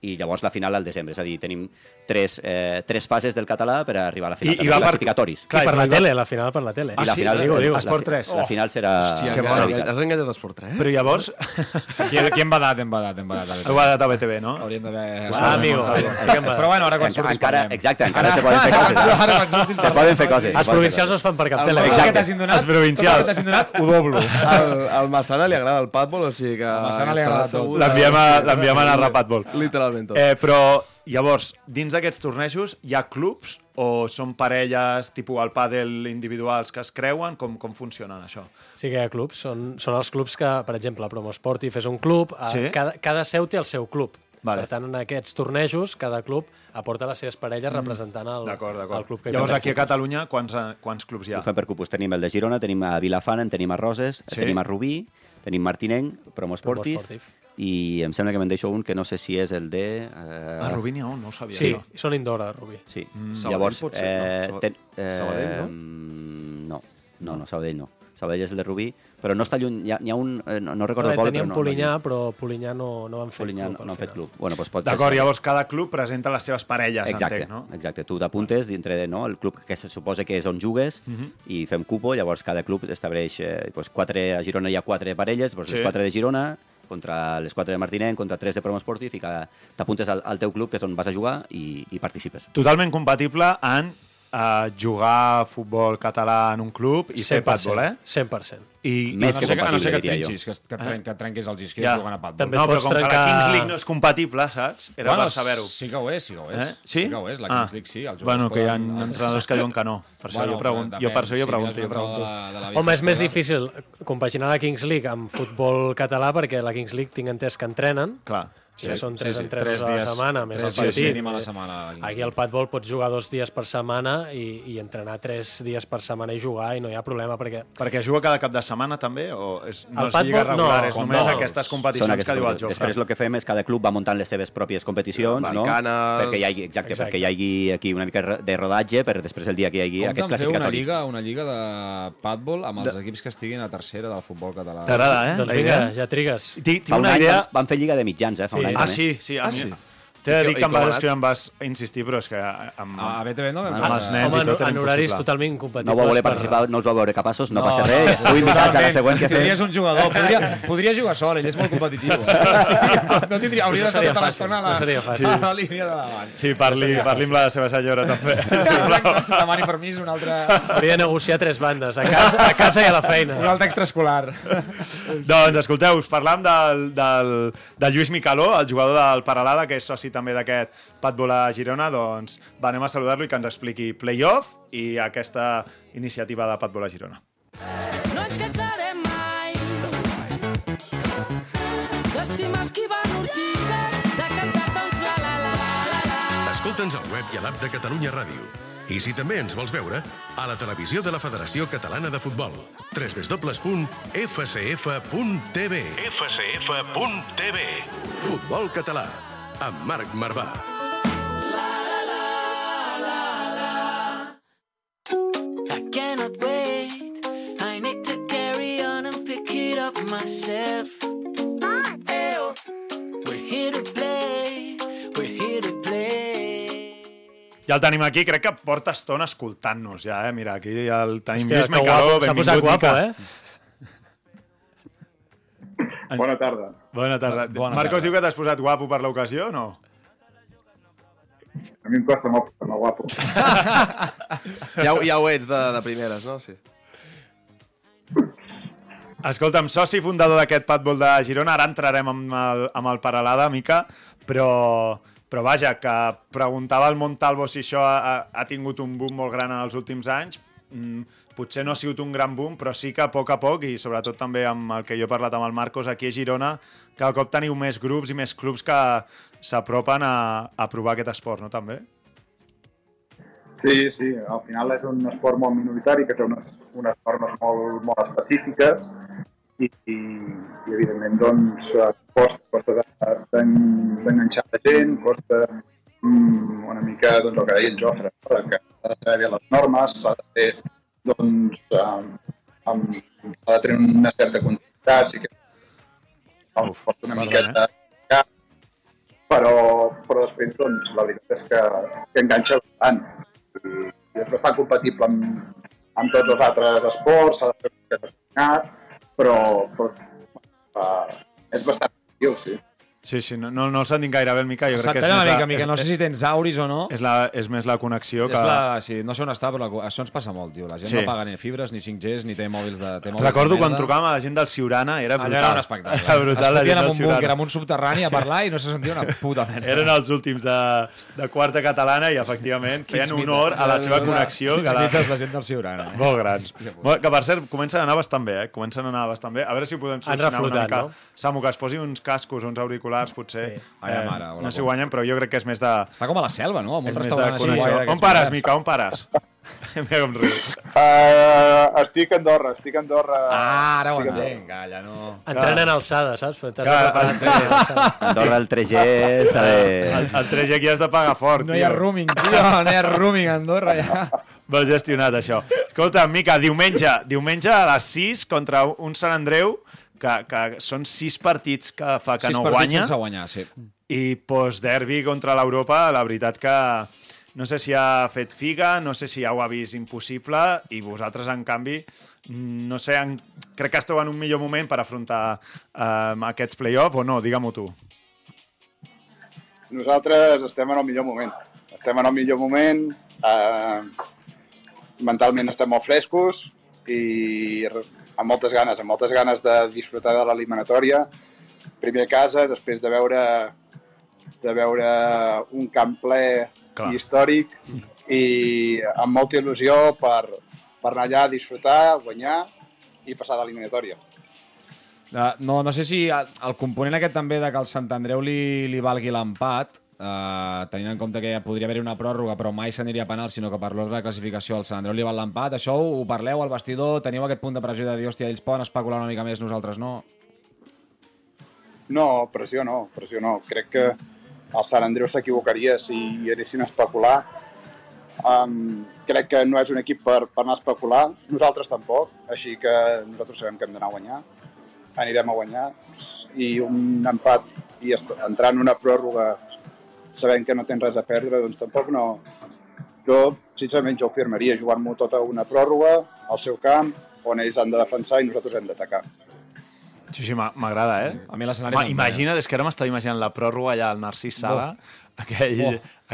G: i llavors la final al desembre. És a dir, tenim tres, eh, tres fases del català per arribar a la final.
C: I- i
G: també
C: va per-
G: classificatoris.
C: Clar,
F: Clar, I per
C: i
F: la
C: va-
F: tele, la final per la tele.
C: Ah,
G: I la
C: sí?
G: final,
C: Digo,
G: la-
C: digo.
G: la-
C: Esport 3.
G: La, final serà...
E: Hòstia,
C: que
E: Ah, que
G: serà
C: bona,
E: bona,
G: revisada.
E: has enganyat Esport eh? 3. *laughs*
C: Però llavors, *laughs*
D: Aquí, aquí hem badat, hem badat, hem badat.
C: heu anat a BTV, no?
D: Hauríem d'haver...
F: Ah, amigo. Sí que em va.
D: Però bueno, ara quan
G: Enca-
D: surtis
G: encara,
D: parlem.
G: exacte, encara
D: *laughs*
G: se poden fer coses. eh?
D: Ara quan surtis
G: Se poden fer coses.
F: Els provincials no es fan per cap tele.
D: Tot el
G: Exacte.
D: que t'has indonat,
C: Els provincials.
D: Tot el que t'has indonat,
C: *laughs*
D: ho doblo.
E: Al, al Massana li agrada el pàtbol, o sigui que...
D: Al Massana li agrada tot.
E: estarà segur de-
C: L'enviem a, l'enviem a anar a Rapatbol.
E: Literalment tot.
C: Eh, però, llavors, dins d'aquests tornejos hi ha clubs o són parelles tipus al pàdel individuals que es creuen? Com, com funcionen això?
F: Sí que hi ha clubs. Són, són els clubs que, per exemple, a Promosportif és un club, a,
C: Sí.
F: sí? cada, cada seu té el seu club.
C: Vale.
F: Per tant, en aquests tornejos, cada club aporta les seves parelles representant el,
C: D'acord,
F: el
C: d'acord.
F: club que hi
C: Llavors,
F: competi.
C: aquí a Catalunya, quants, eh, quants clubs hi
G: Ho
C: ha?
G: fem per cupos. Tenim el de Girona, tenim a Vilafant, en tenim a Roses,
C: Sí.
G: sí. tenim a Rubí, tenim Martinenc, Promosportif,
F: Promosportif.
G: i em sembla que me'n deixo un que no sé si és el de... Eh...
C: A Ah, Rubí n'hi ha un, no ho sabia.
F: Sí,
C: això.
F: i són indoor, eh, a Rubí.
G: Sí. Mm,
E: Sabadell
G: Llavors,
E: potser,
G: eh,
E: no? Saba-
G: ten, eh,
E: Sabadell, no?
G: No, no, no, Sabadell no. Sabadell és el de Rubí, però no està lluny, hi ha, hi ha un... eh, No, no
F: Recordo,
G: recordo el poble,
F: tenia
G: però
F: un
G: no.
F: Polinyà, però Polinyà no, no van
G: no,
F: fer
G: Polinyà
F: club.
G: no,
F: al
G: no ha fet
F: final.
G: club. Bueno, doncs pot ser
C: D'acord,
G: Sabadell.
C: llavors cada club presenta les seves parelles,
G: Exacte,
C: entenc, no?
G: exacte. Tu t'apuntes dintre de, no, el club que se suposa que és on jugues
C: Mhm.
G: i fem cupo, llavors cada club estableix eh, doncs quatre, a Girona hi ha quatre parelles, doncs
C: Sí.
G: les quatre de Girona contra les quatre de Martinenc, contra tres de Promo Esportif i cada- t'apuntes al, al teu club que és on vas a jugar i, i participes.
C: Totalment compatible en eh, jugar a futbol català en un club i fer pàtbol, eh?
F: 100%.
C: I,
G: Més
C: i
G: que
D: no sé, que, a no sé que et
G: compatible, diria
D: pinxis, que, es- que, tren, que et trenquis els isquios
C: Ja.
D: jugant a pàdol.
F: També
C: no, però
F: pots
C: com que la
F: trencar-
C: Kings League no és compatible, saps? Era bueno, per saber-ho.
D: Sí que ho és, sí que ho és.
C: Eh? Sí?
D: sí Ah. que ho és, la Kings League sí. Els jugadors
C: bueno, que hi ha
D: poden- els-
C: entrenadors que diuen que no. Per això bueno, jo, pregun jo, per això jo pregunto. Jo pregunto.
F: Home, és més difícil compaginar la Kings League amb futbol català perquè la Kings League tinc entès que entrenen,
C: Clar.
F: sí, que són tres sí, sí. entrenos a la setmana, més el
D: tres
F: partit.
D: dies mínim a la setmana. la Kings
F: Aquí al
D: League.
F: Patbol pots jugar dos dies per setmana i, i entrenar tres dies per setmana i jugar i no hi ha problema perquè
C: Perquè juga cada cap de setmana, també? O és, no
F: El
C: és lliga
F: padbol,
C: regular,
F: no.
C: és només
F: No.
C: aquestes
G: Són
C: competicions
G: aquestes
C: que diu el
G: competicions.
C: Jofre.
G: Després el que fem és cada club va muntant les seves pròpies competicions, no?
E: Americanes.
G: Perquè hi hagi, exacte,
F: Exacte.
G: perquè hi hagi aquí una mica de rodatge, per després el dia que hi hagi
D: Com
G: aquest
D: vam fer una
G: classificatori.
D: lliga, una lliga de pàdbol amb els equips que estiguin a tercera del futbol català.
C: T'agrada, eh?
F: doncs
C: la
F: vinga,
C: idea?
F: ja trigues.
C: Tinc, tinc
G: Fa un
C: una
G: any
C: idea...
G: van, van fer lliga de mitjans, eh? Fa un
F: Sí.
G: any,
C: Ah,
G: també.
C: sí, sí. A
E: Ah,
C: mi...
E: sí?
C: T'he
E: I
C: de
E: que-
C: dir
E: i
C: que em
E: com ha
C: vas
E: anat?
C: escriure, em vas insistir, però és que... eh, Amb...
D: Ah, A BTV no vam
G: Amb
D: veure-
C: els nens
F: Ah, Home,
C: i
F: en,
C: tot era
F: en horaris
C: impossible.
F: totalment incompatibles.
G: No va voler
F: per-
G: participar, no els va veure capassos, no, passa res, esteu invitats a la
D: totalment.
G: següent que fem.
D: Tindries un jugador, podria, podria jugar sol, ell és molt competitiu.
C: *laughs*
D: Eh? No tindria, hauria
F: No
D: d'estar
F: seria
D: tota
F: fàcil,
D: l'estona a, la-
F: no seria fàcil.
D: a la línia de davant.
C: Sí, parli, parli amb la seva senyora, també. Sí, sí.
D: Exacte, demani permís un altre,
F: Hauria de negociar tres bandes, a casa, a casa i a la feina.
D: un altre extraescolar.
C: Doncs escolteu, us parlam del, del, del Lluís Micaló, el jugador del Paralada, que és soci també d'aquest Patbol a Girona, doncs va, anem a saludar-lo i que ens expliqui Playoff i aquesta iniciativa de Patbol a Girona.
H: No ens cansarem mai d'estimar esquivant ortigues, de cantar tots la la la la la.
B: Escolta'ns al web i a l'app de Catalunya Ràdio. I si també ens vols veure, a la televisió de la Federació Catalana de Futbol. www.fcf.tv fcf.tv Futbol català, amb Marc Marvà.
H: I cannot wait. I need to carry on and pick it up myself. Ew. We're here to play. We're here to play.
C: Ja el tenim aquí, crec que porta estona escoltant-nos ja, eh? Mira, aquí ja el tenim.
F: Hòstia,
C: Lluís
F: que
C: Micaló,
F: guapo, S'ha posat
C: benvingut,
F: guapo,
C: Mica.
F: eh?
I: Bona tarda.
C: Bona tarda.
D: Bona
C: Marcos
D: tarda.
C: diu que t'has posat guapo per l'ocasió, no?
I: A mi em costa molt posar-me guapo.
E: Ja, ho- ja ho ets de, de primeres, no? Sí.
C: Escolta'm, soci fundador d'aquest Patbol de Girona, ara entrarem amb el, amb el Paralada, mica, però, però vaja, que preguntava el Montalvo si això ha, ha- ha tingut un boom molt gran en els últims anys. Mm, potser no ha sigut un gran boom, però sí que a poc a poc, i sobretot també amb el que jo he parlat amb el Marcos aquí a Girona, cada cop teniu més grups i més clubs que s'apropen a, a provar aquest esport, no també?
I: Sí, sí, al final és un esport molt minoritari, que té unes, unes normes molt, molt específiques i, i, i evidentment, doncs, eh, costa, costa de- d'en- d'enganxar la gent, costa mm, una mica doncs, el que deia el Jofre, no? que s'ha de saber bé les normes, s'ha de ser, doncs, eh, amb, s'ha de tenir una certa quantitat, sí que
C: Uf,
I: Uf, costa una
C: perdona,
I: mica de... Però, però després, doncs, la veritat és que, que enganxa bastant. I, i és bastant compatible amb, amb tots els altres esports, s'ha de fer un determinat, però, però eh, és bastant útil, sí.
C: Sí, sí, no, no, no el sentim gaire bé, el Mica. Jo crec
D: Se't
C: que és
D: talla
C: més
D: una
C: la-
D: mica, mica.
C: és-
D: No sé si tens auris o no.
C: És, la, és més la connexió que...
D: És la, sí, no sé on està, però la, això ens passa molt, tio. La gent
C: Sí.
D: sí. no paga ni fibres, E ni 5Gs, ni té mòbils de... Té mòbils
C: Recordo
D: de
C: quan
D: merda.
C: trucàvem a la gent del Ciurana, era brutal.
D: Allò era un espectacle.
C: Era brutal, la
D: es
C: gent
D: fotien en
C: del
D: un búnquer,
C: Ciurana.
D: en un subterrani a parlar i no se sentia una puta merda.
C: Eren els últims de, de quarta catalana i, efectivament, feien honor a la seva connexió. Que
D: la...
C: la...
D: la gent del Ciurana. Eh?
C: Molt grans. Molt- Que, per cert, comencen a anar bastant bé, eh? Comencen a anar bastant bé. A veure si ho podem solucionar una
F: reflotat,
C: mica.
F: no?
C: Samu, que es posi uns cascos, uns auriculars, potser. Sí.
D: Ai, la mare, hola,
C: no s'hi
D: com.
C: guanyen, però jo crec que és més de...
D: Està com a la selva, no? Amb
C: És
D: un
C: més de
D: restaurant així.
C: connexió.
D: guai d'aquests
C: On pares,
D: moderns.
C: Mica? On pares? *laughs* Mira com riu.
I: Uh, estic a Andorra, estic a Andorra.
D: Ah, ara ho entenc, calla, no.
F: Entrena en alçada, saps? T'has de
C: Clar.
F: preparar per entrenar en alçada.
G: Andorra, el 3G, s'ha
C: El,
G: de...
C: el 3G aquí has de pagar fort,
D: No
C: tio.
D: hi ha rooming, tio, no hi ha rooming a Andorra, ja.
C: Bé gestionat, això. Escolta, Mica, diumenge, diumenge a les 6 contra un Sant Andreu, que, que són 6 partits que fa que
D: Sis
C: no
D: partits
C: guanya,
D: sense guanyar, sí.
C: i post-derbi contra l'Europa, la veritat que no sé si ha fet figa, no sé si ja ho ha vist impossible, i vosaltres, en canvi, no sé, en... crec que esteu en un millor moment per afrontar eh, aquests play-off, o no? Digue-m'ho tu.
I: Nosaltres estem en el millor moment. Estem en el millor moment. Eh, mentalment estem molt frescos i re- amb moltes ganes, amb moltes ganes de disfrutar de l'eliminatòria. Primer a casa, després de veure de veure un camp ple
C: Clar.
I: Clar. històric i amb molta il·lusió per, per anar allà a disfrutar, guanyar i passar de l'eliminatòria.
D: Eh, No, no sé si el el component aquest també de que el Sant Andreu li, li valgui l'empat, eh, tenint en compte que ja podria haver-hi una pròrroga però mai s'aniria a penal, sinó que per l'ordre de classificació el Sant Andreu li val l'empat, això ho, ho parleu al vestidor, teniu aquest punt de pressió de dir, hòstia, ells poden especular una mica més, nosaltres no.
I: No, pressió no, pressió no. Crec que el Sant Andreu s'equivocaria si hi anessin a especular. Um, crec que no és un equip per, per anar a especular. Nosaltres tampoc, així que nosaltres sabem que hem d'anar a guanyar. Anirem a guanyar i un empat i est- entrar en una pròrroga sabent que no tens res a perdre, doncs tampoc no... Jo, sincerament, jo ho firmaria, jugar-m'ho tot a una pròrroga, al seu camp, on ells han de defensar i nosaltres hem d'atacar.
C: Sí, sí, m'a- m'agrada, eh?
D: A mi l'escenari...
C: Ma,
D: no em
C: imagina, és que ara m'estava imaginant la pròrroga allà al Narcís Sala, aquell,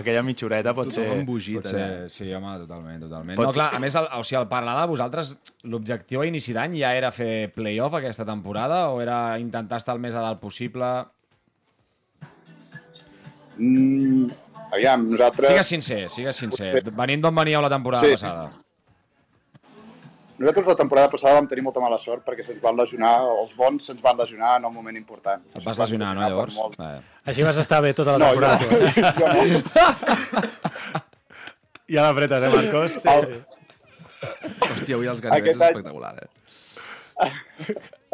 C: aquella mitjoreta pot ser...
E: embogit,
D: Potser, eh? sí, home, totalment, totalment.
C: Pot-
D: No, clar, a més, el, o sigui, al parlar de vosaltres, l'objectiu a inici d'any ja era fer playoff aquesta temporada o era intentar estar el més a dalt possible?
I: Mm, aviam, nosaltres...
D: Sigues sincer, sigues sincer. Venint d'on veníeu la temporada
I: Sí.
D: sí. passada.
I: Nosaltres la temporada passada vam tenir molta mala sort perquè se'ns van lesionar, els bons se'ns van lesionar en un moment important.
D: Et vas lesionar, no, llavors? Ah.
I: Molt...
D: Vale.
F: Així vas estar bé tota la
I: No,
F: temporada.
I: jo, *laughs* jo no.
C: Ja l'apretes, eh,
I: *laughs*
C: Marcos? Sí, sí.
E: Hòstia, avui els ganivets
I: Aquest
E: és
I: any-
E: espectacular, eh?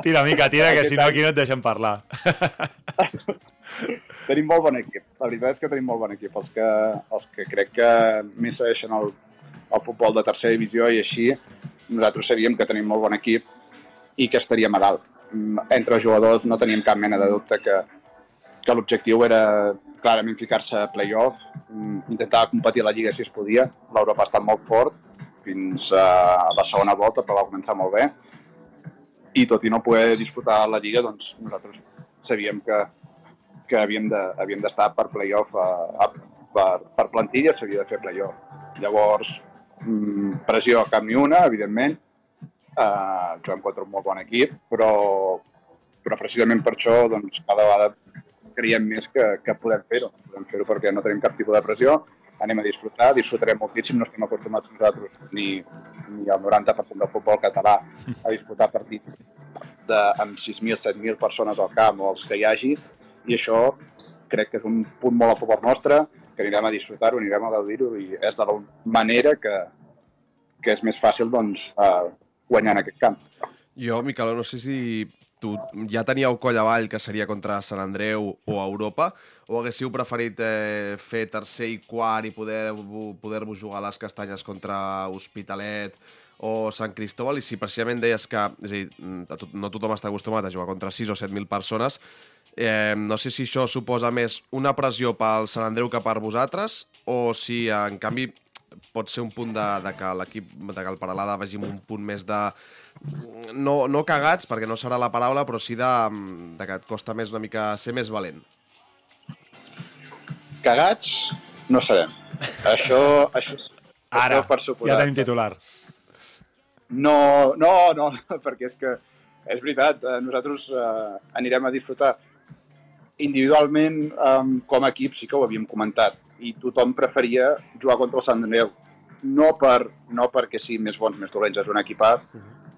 C: Tira, mica, tira, que
I: Aquest
C: si no
I: any-
C: aquí no et deixem parlar.
I: Tenim molt bon equip. La veritat és que tenim molt bon equip. Els que, els que crec que més segueixen el, el futbol de tercera divisió i així, nosaltres sabíem que tenim molt bon equip i que estaríem a dalt. Mm, Entre jugadors no teníem cap mena de dubte que, que l'objectiu era clarament ficar-se a playoff, mm, intentar competir a la Lliga si es podia. L'Europa ha estat molt fort fins a la segona volta, però va començar molt bé. I tot i no poder disputar la Lliga, doncs nosaltres sabíem que, que havíem de- havíem d'estar per playoff, a, a, per, per plantilla s'havia de fer playoff. Llavors, mm, pressió cap ni una, evidentment, eh, juguem contra un molt bon equip, però, però precisament per això doncs, cada vegada creiem més que, que podem fer-ho. Podem fer-ho perquè no tenim cap tipus de pressió, anem a disfrutar, disfrutarem moltíssim, no estem acostumats nosaltres ni, ni el 90% del futbol català a disputar partits de, amb 6.000, 7.000 persones al camp o els que hi hagi, i això crec que és un punt molt a favor nostre, que anirem a disfrutar-ho, anirem a gaudir-ho, i és de la manera que, que és més fàcil doncs, eh, guanyar en aquest camp.
E: Jo, Miquel, no sé si tu ja teníeu coll avall que seria contra Sant Andreu o Europa, o haguéssiu preferit eh, fer tercer i quart i poder-vos poder jugar les castanyes contra Hospitalet o Sant Cristòbal, i si precisament deies que és a dir, mm, a tot, no tothom està acostumat a jugar contra 6 o 7.000 persones, eh, no sé si això suposa més una pressió pel Sant Andreu que per vosaltres, o si, en canvi, pot ser un punt de, de que l'equip, de que el Paralada vagi amb un punt més de... No, no cagats, perquè no serà la paraula, però sí de, mm, de que et costa més una mica ser més valent.
I: Cagats no serem. Això, això,
C: Ara,
I: això per
C: ja
I: suposat.
C: tenim titular.
I: No, no, no, *laughs* perquè és que és veritat, eh, nosaltres eh, anirem a disfrutar. Individualment, eh, com a equip, sí que ho havíem comentat, i tothom preferia jugar contra el Sant Andreu. No, per, no perquè sí, més bons, més dolents, és un equipàs,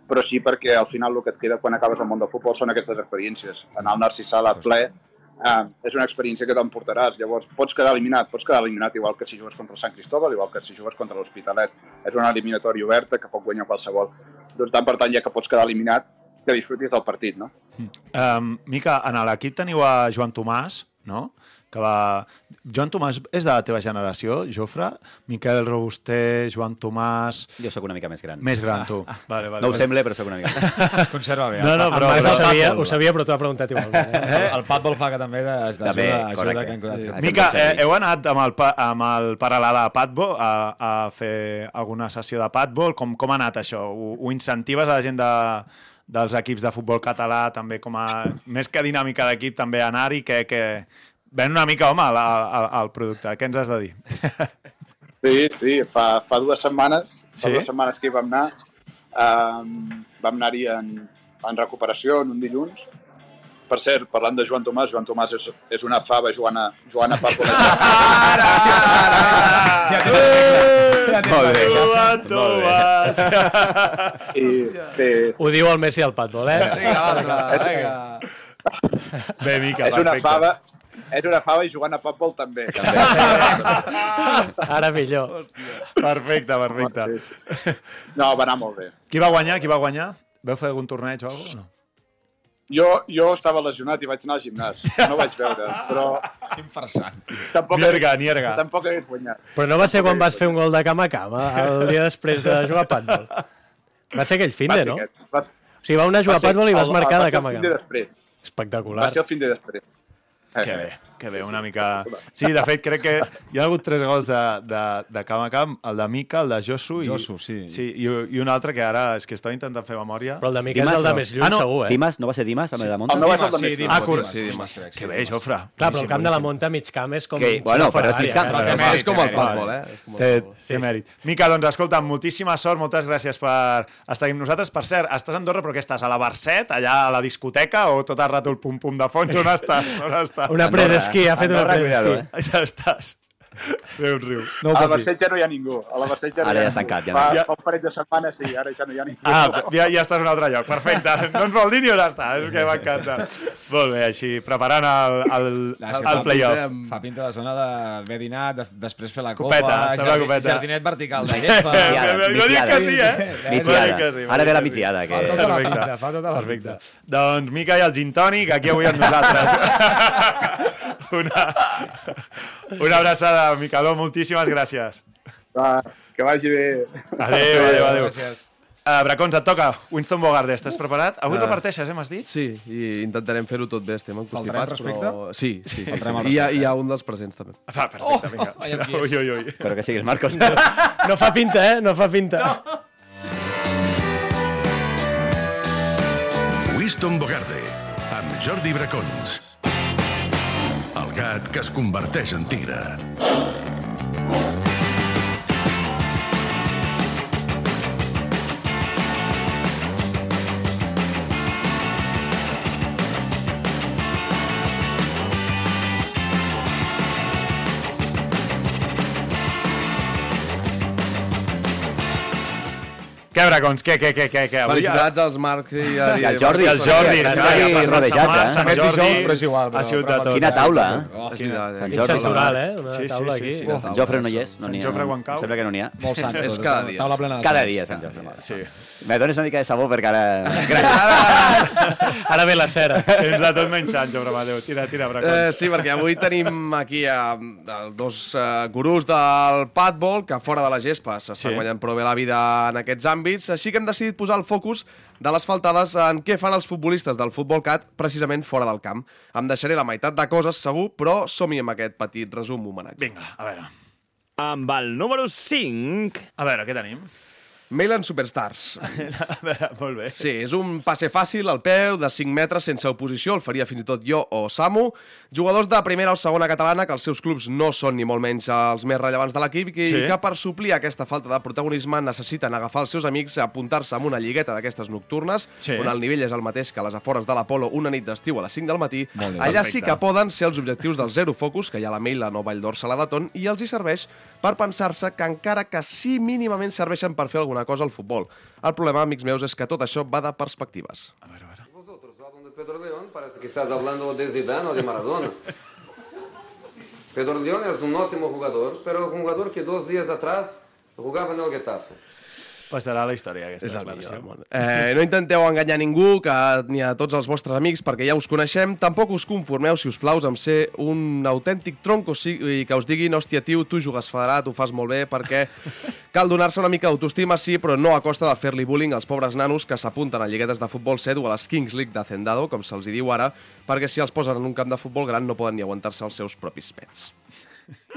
I: però sí perquè al final el que et queda quan acabes el món del futbol són aquestes experiències. Anar al Narcís Sala ple eh, és una experiència que t'emportaràs. Llavors, pots quedar eliminat, pots quedar eliminat igual que si jugues contra el Sant Cristòbal, igual que si jugues contra l'Hospitalet. És una eliminatòria oberta que pot guanyar qualsevol. Doncs, tant per tant, ja que pots quedar eliminat, que disfrutis del partit, no?
C: Um, Mica, en l'equip teniu a Joan Tomàs, no? Que va... Joan Tomàs és de la teva generació, Jofre? Miquel Robuster, Joan Tomàs...
G: Jo sóc una mica més gran.
C: Més gran, *laughs* tu. Vale, vale,
G: No ho
C: vale.
G: sembla, però sóc una mica més.
D: Es conserva bé. eh?
C: No, no,
D: El
C: però-
D: Marc
C: però-
D: el
F: Marc, ho, sabia,
D: pàtbol.
F: ho sabia, però t'ho ha preguntat igualment. Eh?
D: Eh? El Patbol fa que també es-
G: També,
D: ajuda ajuda
G: correcte.
D: que en
G: Sí.
C: Mica,
D: Cudat.
G: Sempre
C: eh,
G: serveix.
C: heu anat amb el, pa- amb el paral·lada a Patbo a, a fer alguna sessió de Patbol? Com, com ha anat això? Ho, ho incentives a la gent de, dels equips de futbol català també com a... Més que dinàmica d'equip també a anar-hi que, que... Ven una mica, home, al, al, al producte. Què ens has de dir?
J: Sí, sí, fa, fa dues setmanes, sí?
C: Sí?
J: fa dues setmanes que hi vam anar, um, vam anar-hi en, en recuperació en un dilluns. Per cert, parlant de Joan Tomàs, Joan Tomàs és, és una fava Joana, Joana Paco.
I: *laughs*
E: Ja Molt bé.
C: Joan Tomàs!
J: I té,
F: Ho diu el Messi al Patbol, eh?
E: Vinga, altra. Vinga.
C: Bé, Mica,
J: és una
C: perfecte.
J: fava, és una fava i jugant a Paco també. també. *laughs*
F: Ara millor.
C: Perfecte, perfecte.
J: Sí, sí. No, va anar molt bé.
C: Qui va guanyar? Qui va guanyar? Veu fer algun torneig o alguna cosa? No.
J: Jo, jo estava lesionat i vaig anar al gimnàs. No ho vaig veure, però... Tampoc
C: Nierga, nierga.
J: Tampoc hagués guanyat.
F: Però no va ser quan vas fer un gol de cama a cama, el dia després de jugar a Patbol. Va ser aquell fin
J: Va
F: de,
J: ser
F: no?
J: aquest. Va,
F: O sigui, va anar a jugar a Patbol i vas marcar de
J: cam
F: cama
J: Va ser el
F: a
J: fin de
F: cama.
J: després. Va
F: Espectacular.
J: ser el fin de després.
F: Eh,
C: Que bé, que bé,
J: Sí, sí.
C: una mica... Sí, de fet, crec que hi ha hagut tres gols de, de, de camp a camp, el de Mica, el de Josu, i,
D: Josu, sí.
C: sí i, i un altre que ara és que estava intentant fer memòria.
F: Però el de Miquel és
G: Dimas,
F: el de
G: no.
F: més lluny,
C: Ah, no.
F: segur, eh?
G: Dimas, no va ser Dimas, amb sí. la Monta?
J: El meu és el de
D: sí,
J: més
D: Dimas,
J: lluny.
C: Ah, curt.
D: Dimas,
E: sí, Dimas.
D: Dimas.
C: Que bé, Jofre.
F: Clar, però el camp de la
C: Boníssim,
F: Monta mig camp és com...
G: Que-
F: mig
G: bueno,
F: una
G: però és
F: Ferrari,
G: mig camp,
F: eh?
G: però
E: També és com el futbol, eh? És com el
C: Té,
E: futbol.
C: té mèrit. Mica, doncs, escolta, moltíssima sort, moltes gràcies per estar aquí amb nosaltres. Per cert, estàs a Andorra, però què estàs? A la Barset, allà a la discoteca, o tot el rato el pum-pum de fons? On estàs? On estàs?
F: Una predesquí, ha fet una
G: Andorra,
F: predesquí.
G: cuidado, eh?
C: Ja estàs. Déu, riu.
F: No ho
J: A la
F: puc dir.
J: Barcet ja no hi ha ningú. A la Barcet ja no hi
G: Ara
J: ha
G: ja està tancat, ja
J: ningú. Fa,
C: no.
J: fa un parell de setmanes sí, ara ja no hi ha ningú.
C: Ah, ja, ja estàs en un altre lloc, *laughs* perfecte. No ens vol dir ni on està, és que m'encanta. Molt bé, així, preparant el, el,
D: La seva
C: el playoff.
E: pinta-
D: Fa pinta de zona de haver dinat, de, després fer la copa,
C: Copeta, està la copeta.
D: jardinet vertical
C: *laughs*
D: de llepa...
C: Eh, eh, eh, jo dic que sí, eh? Jo dic
G: Migdiada.
C: que sí,
G: Ara ve
C: jo dic que
G: la
C: sí.
G: migdiada,
C: Fa
G: que-
C: tota la
D: Perfecte.
C: pinta, fa tota la pinta. Doncs Mica i el gin tònic, aquí avui amb nosaltres. *laughs* una, una abraçada, Micaló, moltíssimes gràcies.
J: Va, que vagi bé.
C: Adéu, adéu, adéu.
D: Gràcies.
C: Uh, Bracons, et toca. Winston Bogarde, estàs preparat? Avui reparteixes, eh, m'has dit?
E: Sí, i intentarem fer-ho tot bé, estem
D: Faltarem
E: enconstipats, però... Sí, sí, sí, sí.
D: Faltarem al
E: I hi ha, hi ha un dels presents, també.
C: Va, perfecte, oh, vinga.
D: vaya
C: Oh, ui, ui, ui.
G: Espero que sigui el Marcos.
F: No fa pinta, eh? No fa pinta.
B: Winston Bogarde, amb Jordi Bracons. El gat que es converteix en tigre.
C: Què, Bracons, què, què, què, què? què? Avui-
E: Felicitats als Marc i a...
G: I al Jordi.
C: I els Jordis,
G: Sí,
C: clar, que ha
G: sí,
C: passat
G: rodejats,
C: setmana,
G: eh?
C: Sant
D: Més
C: Jordi,
D: dijous, però és igual,
C: Ha
D: però-
C: sigut de
D: però-
C: tot.
G: Quina taula, eh?
E: Oh,
G: Sant
F: Quin
G: Jordi.
F: sectoral, eh? Una
C: Sí, sí,
F: taula
C: sí,
F: aquí.
C: sí.
G: En Jofre no hi és, no n'hi ha.
C: Jofre
G: no.
C: quan cau.
G: Em Sembla que no n'hi ha.
D: Molts sants,
E: És
D: tots,
E: cada
D: tota-
E: dia.
D: Taula plena de
G: Cada
D: sants.
G: dia, Sant Jofre.
C: Sí. *laughs*
G: Me dones una mica de sabó perquè ara... Gràcies.
F: *laughs* Ara ve la cera.
C: Tens de tot menys Sancho, però Mateu. Tira, tira,
E: Eh,
C: bracons.
E: sí, perquè avui tenim aquí a, dos eh, gurús del padball que fora de la gespa s'estan
C: Sí.
E: sí. guanyant prou bé la vida en aquests àmbits, així que hem decidit posar el focus de les faltades en què fan els futbolistes del Futbol Cat precisament fora del camp. Em deixaré la meitat de coses, segur, però som-hi amb aquest petit resum homenatge.
C: Vinga, a veure.
K: Amb el número 5...
C: A veure, què tenim?
E: Mailen Superstars.
C: A veure, molt bé.
E: Sí, és un passe fàcil al peu, de 5 metres, sense oposició, el faria fins i tot jo o Samu. Jugadors de primera o segona catalana, que els seus clubs no són ni molt menys els més rellevants de l'equip, i
C: Sí.
E: sí. que per suplir aquesta falta de protagonisme necessiten agafar els seus amics, apuntar-se amb una lligueta d'aquestes nocturnes,
C: Sí.
E: sí. on el nivell és el mateix que a les afores de l'Apolo una nit d'estiu a les 5 del matí.
D: Molt bé.
E: Allà sí
C: Perfecte.
E: que poden ser els objectius del Zero Focus, que hi ha a la Mail, la Nova Vall la Daton, i els hi serveix per pensar-se que encara que sí mínimament serveixen per fer alguna cosa al futbol. El problema, amics meus, és que tot això va de perspectives.
L: Vosotros, hablan de Pedro León, parece que estás hablando de Zidane o de Maradona. Pedro León es un ótimo jugador, pero un jugador que dos días atrás jugaba en el Getafe.
C: Passarà a la història, aquesta
E: És el millor del
C: declaració.
E: món. Eh, no intenteu enganyar ningú, que ni a tots els vostres amics, perquè ja us coneixem. Tampoc us conformeu, si us plaus, amb ser un autèntic tronc o sigui, que us diguin, hòstia, tio, tu jugues federat, ho fas molt bé, perquè cal donar-se una mica d'autoestima, sí, però no a costa de fer-li bullying als pobres nanos que s'apunten a lliguetes de futbol set o a les Kings League de Zendado, com se'ls hi diu ara, perquè si els posen en un camp de futbol gran no poden ni aguantar-se els seus propis pets.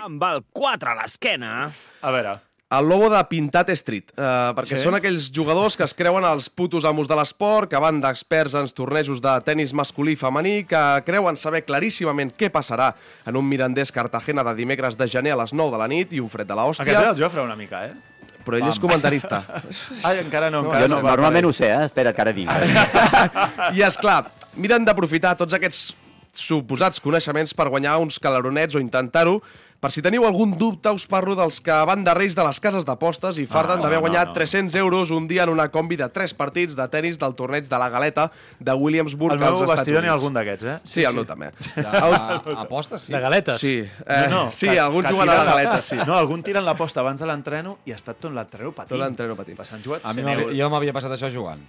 K: Amb el 4 a l'esquena...
C: A veure,
E: El lobo de Pintat Street, eh, perquè
C: Sí.
E: sí. són aquells jugadors que es creuen els putos amos de l'esport, que van d'experts en tornejos de tennis masculí i femení, que creuen saber claríssimament què passarà en un Mirandés Cartagena de dimecres de gener a les 9 de la nit i un fred de la hòstia.
C: Aquest era el Jofre una mica, eh?
E: Però ell és
C: Pam.
E: comentarista.
C: *laughs* Ai, encara no, encara
G: Jo
C: no.
G: no,
C: va,
G: normalment ho sé, eh? Espera't, que ara vinc.
E: I, és clar, miren d'aprofitar tots aquests suposats coneixements per guanyar uns calonets o intentar-ho. Per si teniu algun dubte, us parlo dels que van de reis de les cases d'apostes i farden
C: no,
E: d'haver guanyat
C: no, no.
E: 300 euros un dia en una combi de 3 partits de tennis del torneig de la Galeta de Williamsburg
C: El meu
E: als Estats
C: vestidor
E: Units.
C: n'hi ha algun d'aquests, eh?
E: Sí, el meu també.
D: De, apostes, sí.
F: De galetes?
E: Sí, eh, no, no, sí
C: que-
E: algun
C: que
E: jugant a la
C: tiren
E: Galeta, sí.
C: No, algun tira en l'aposta abans de l'entreno i ha estat tot l'entreno patint.
E: Tot l'entreno petit.
C: S'han jugat
D: A mi
C: 100
D: m'havia-
C: euros.
D: jo m'havia passat això jugant.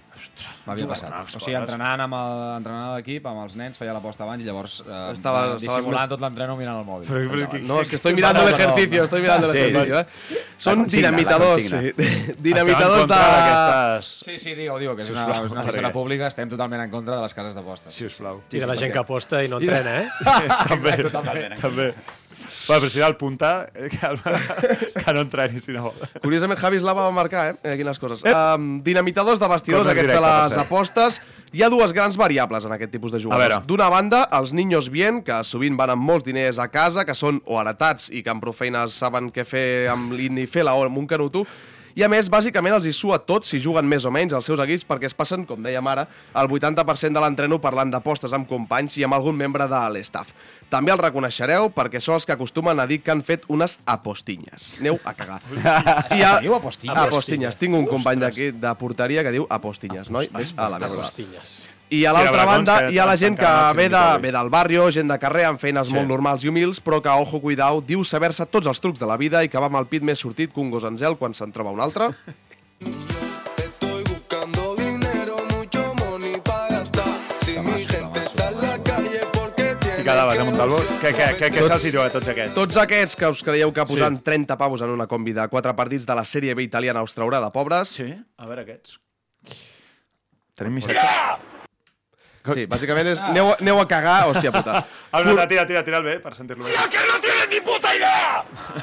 D: M'havia
C: jugant
D: passat.
C: a les
D: O sigui,
C: coses.
D: entrenant amb el, entrenant a l'equip, amb els nens, feia l'aposta abans i llavors eh,
E: Estaves-
D: estava,
E: estaves
D: dissimulant
E: més-
D: tot l'entreno mirant el mòbil.
C: Però- però-
E: No, es que estoy mirando el ejercicio, estoy mirando el
G: Sí,
E: ejercicio, eh. Son
G: consigna, la
E: dinamitadors,
G: consigna.
E: sí.
C: Esteu
E: *laughs*
C: en
E: Dinamitadors de...
C: contra d'aquestes...
D: Sí, sí, digue-ho, digue-ho, que és una,
C: Sisplau,
D: és una
C: perquè-
D: persona pública, estem totalment en contra de les cases d'apostes.
C: Si us plau.
F: I de la gent que aposta i no
D: de-
F: entrena, eh?
C: també, també, també. Va, però si era el puntar, eh, que, el, que no entreni si no vol.
E: Curiosament, Javi Slava va marcar, eh? eh quines coses. Um, dinamitadors de bastidors,
C: Corner
E: aquests
C: directe,
E: de
C: per
E: les
C: cert.
E: apostes. Hi ha dues grans variables en aquest tipus de
C: A
E: jugadors.
C: veure.
E: D'una banda, els niños bien, que sovint van amb molts diners a casa, que són o heretats i que amb prou feines saben què fer amb l'inifela o amb un canuto, i a més, bàsicament, els hi sua tot si juguen més o menys els seus equips perquè es passen, com dèiem ara, el 80% de l'entreno parlant d'apostes amb companys i amb algun membre de l'estaf. També els reconeixereu perquè són els que acostumen a dir que han fet unes apostinyes. Aneu a cagar. I a...
D: Diu apostinyes?
E: Apostinyes. Tinc un company d'aquí de porteria que diu apostinyes, noi. Vés a la merda.
F: Hostilles.
E: I a l'altra
C: Bracons,
E: banda
C: que
E: hi ha la gent que
C: tancaran al
E: ve, de,
C: cinc avui.
E: ve del barrio, gent de carrer amb feines
C: Sí.
E: molt normals i humils, però que, ojo, cuidau, diu saber-se tots els trucs de la vida i que va amb el pit més sortit que un gos en gel quan se'n troba un altre.
C: *laughs*
A: Estoy buscando dinero, mucho money para gastar. Si mi gente está en la calle porque tiene
C: I quedaves amb un talbó. Què, què, què, què se'ls diu a tots aquests?
E: Tots aquests que us creieu que posant
C: Sí.
E: 30 pavos en una combi de 4 partits de la sèrie B italiana us traurà de pobres,
C: Sí, a veure aquests. Tenim missatge.
E: sí, bàsicament és aneu, aneu a cagar, hòstia puta.
C: *laughs* Ah, no, tira, tira, tira el bé per sentir-lo bé.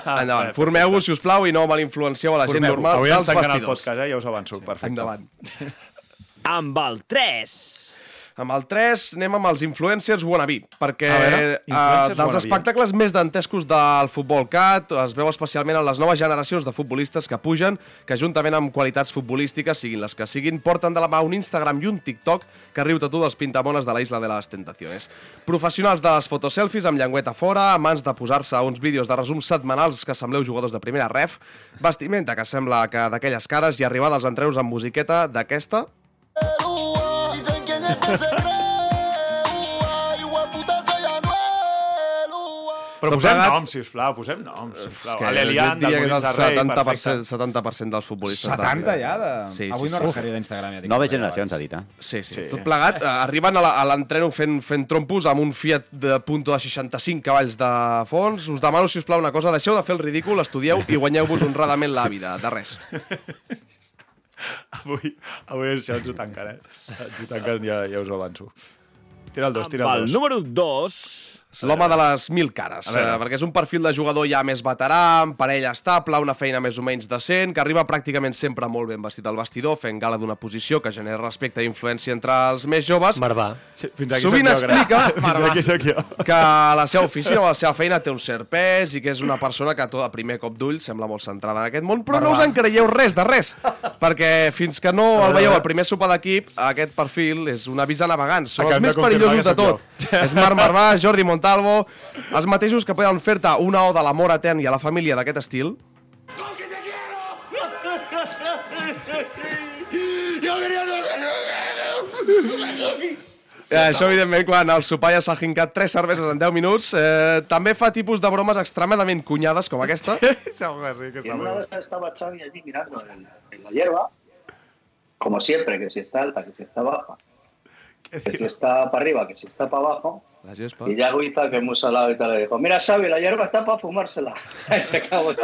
E: Endavant, formeu-vos, si us plau, i no malinfluencieu a la
C: Ah,
E: gent
C: Formeu-vos.
E: normal
C: Avui ens
E: dels
C: tanquen el
E: vestidors.
C: podcast, eh? ja us avanço. Perfecte.
E: Endavant.
K: Amb el 3.
E: Amb el 3 anem amb els influencers wannabe, perquè
C: A veure,
E: eh,
C: influencers
E: dels
C: wannabe.
E: espectacles més dantescos del futbol cat es veu especialment en les noves generacions de futbolistes que pugen, que juntament amb qualitats futbolístiques, siguin les que siguin, porten de la mà un Instagram i un TikTok que riu tot dels pintamones de la Isla de les Tentaciones. Professionals de les fotoselfies amb llengüeta fora, mans de posar-se uns vídeos de resums setmanals que sembleu jugadors de primera ref, vestimenta que sembla que d'aquelles cares i arribada als entreus amb musiqueta d'aquesta
A: Dicen quién es que se cree. Ua, puta, soy Anuel. Ua.
C: Però
E: Tot
C: Doncs posem
E: plegat-
C: noms, sisplau, posem noms, sisplau.
E: És que
C: L'Elian,
E: jo
C: del
E: diria que és
C: Molins de
E: el
C: Rei,
E: 70%,
C: perfecte.
E: 70% dels futbolistes. de la
D: 70 ja? De...
E: Sí,
D: Avui
E: sí,
D: no
E: sí.
D: arrencaré d'Instagram. Ja tinc que
G: Noves
D: fer
G: generacions, ha
D: abans.
G: dit, eh?
E: Sí, sí,
C: Sí.
E: sí. Tot plegat, eh, arriben a la- a l'entreno fent, fent trompos amb un Fiat de punto de 65 cavalls de fons. Us demano, si us plau, una cosa. Deixeu de fer el ridícul, estudieu i guanyeu-vos honradament la vida. De res.
C: *laughs* Avui, avui això ens ho tanquen, eh? Ens ho tanquen, ja, ja us ho avanço. Tira el dos,
K: Amb
C: tira el
K: el
C: dos.
K: número 2.
E: És l'home de les mil cares,
C: A
E: eh,
C: veure.
E: perquè és un perfil de jugador ja més veterà, amb parella estable, una feina més o menys decent, que arriba pràcticament sempre molt ben vestit al vestidor, fent gala d'una posició que genera respecte i influència entre els més joves,
F: Marvà.
C: Sí, fins aquí
E: Sovint
C: sóc jo, crec.
E: explica-
C: *laughs* Fins aquí sóc jo.
E: que a la seva oficina o a la seva feina té un cert pes i que és una persona que a tot a primer cop d'ull sembla molt centrada en aquest món, però no us en creieu res de res, perquè fins que no el veieu al primer sopar d'equip, aquest perfil és un avís de navegants. Són
C: Acabem de
E: els més
C: confirmar
E: perillosos de
C: que sóc
E: tot. És Marc Marvà, Jordi Montalvo, els mateixos que poden fer-te una oda a l'amor etern i a la família d'aquest estil, Eh, això, evidentment, quan el sopar ja s'ha hincat tres cerveses en 10 minuts. Eh, també fa tipus de bromes extremadament cunyades, com
D: *laughs*
E: aquesta.
M: Y en una de esas estaba Xavi allí mirando en, en la hierba, como siempre, que si está alta, que si está baja, que si está para arriba, que si está para abajo.
E: La gespa.
M: *laughs* Y ya Guiza, que es muy salado y tal, le dijo, mira Xavi, la hierba está para fumársela. Y se acabó.
E: *laughs*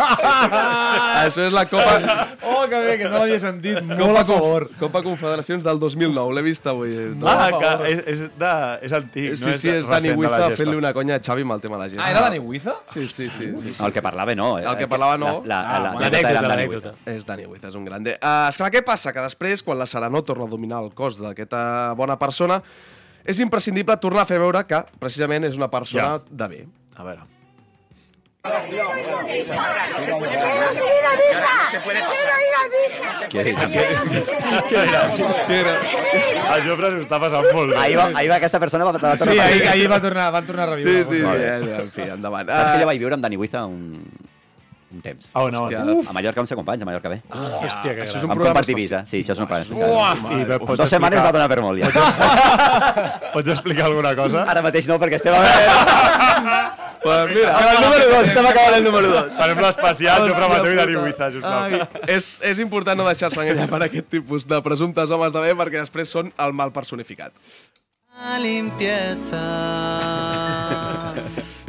E: Això és la Copa...
D: *laughs* Oh, que bé, que no l'havia sentit. Molt
E: Copa,
D: a favor.
E: Copa Confederacions del 2009, l'he vist avui. eh,
C: Ah, que és, és, de, és antic.
E: Sí,
C: no
E: sí, és Dani Huiza fent-li una conya a Xavi amb el tema de la gesta.
D: Ah, era Dani Huiza?
E: Sí, sí, sí. sí, sí.
G: El que parlava no. eh?
E: El que parlava no.
G: La, la, la, l'anècdota era en Dani Huiza.
E: És Dani Huiza, és un grande. Uh, esclar, què passa? Que després, quan la Serenó torna a dominar el cos d'aquesta bona persona, és imprescindible tornar a fer veure que, precisament, és una persona
C: Ja.
E: de bé.
C: A veure. El Jofre s'ho està passant molt bé.
G: Ahir va, ahir va aquesta persona va, va tornar
D: Sí,
G: a
D: ahir,
G: aparèixer.
D: ahir va tornar, van tornar a reviure.
E: Sí, sí,
G: Vale.
E: sí, en fi, endavant.
G: Saps que
E: Ah,
G: jo vaig viure amb Dani Huiza un, un temps.
C: A on, a
E: Hòstia,
C: on?
G: A Mallorca amb ser companys, a Mallorca bé. Ah,
F: Hòstia, que
E: això és
F: gran.
E: un
G: Vam
E: programa
G: compartir visa, sí, això és un
C: Uah!
G: programa especial. Doncs
C: I, bé, pots
G: Dos setmanes va
C: explicar-
G: donar per molt, ja.
C: Pots explicar alguna cosa?
E: Ah,
G: Ara mateix no, perquè estem... a-
E: Pues mira,
G: Amb el número 2, estem acabant el número 2.
C: Farem l'especial, Jofre Mateu i Dani Huiza,
E: Ai,
C: sisplau.
E: és, és important no deixar-se enganyar per aquest tipus de presumptes homes de bé perquè després són el mal personificat.
A: Limpieza.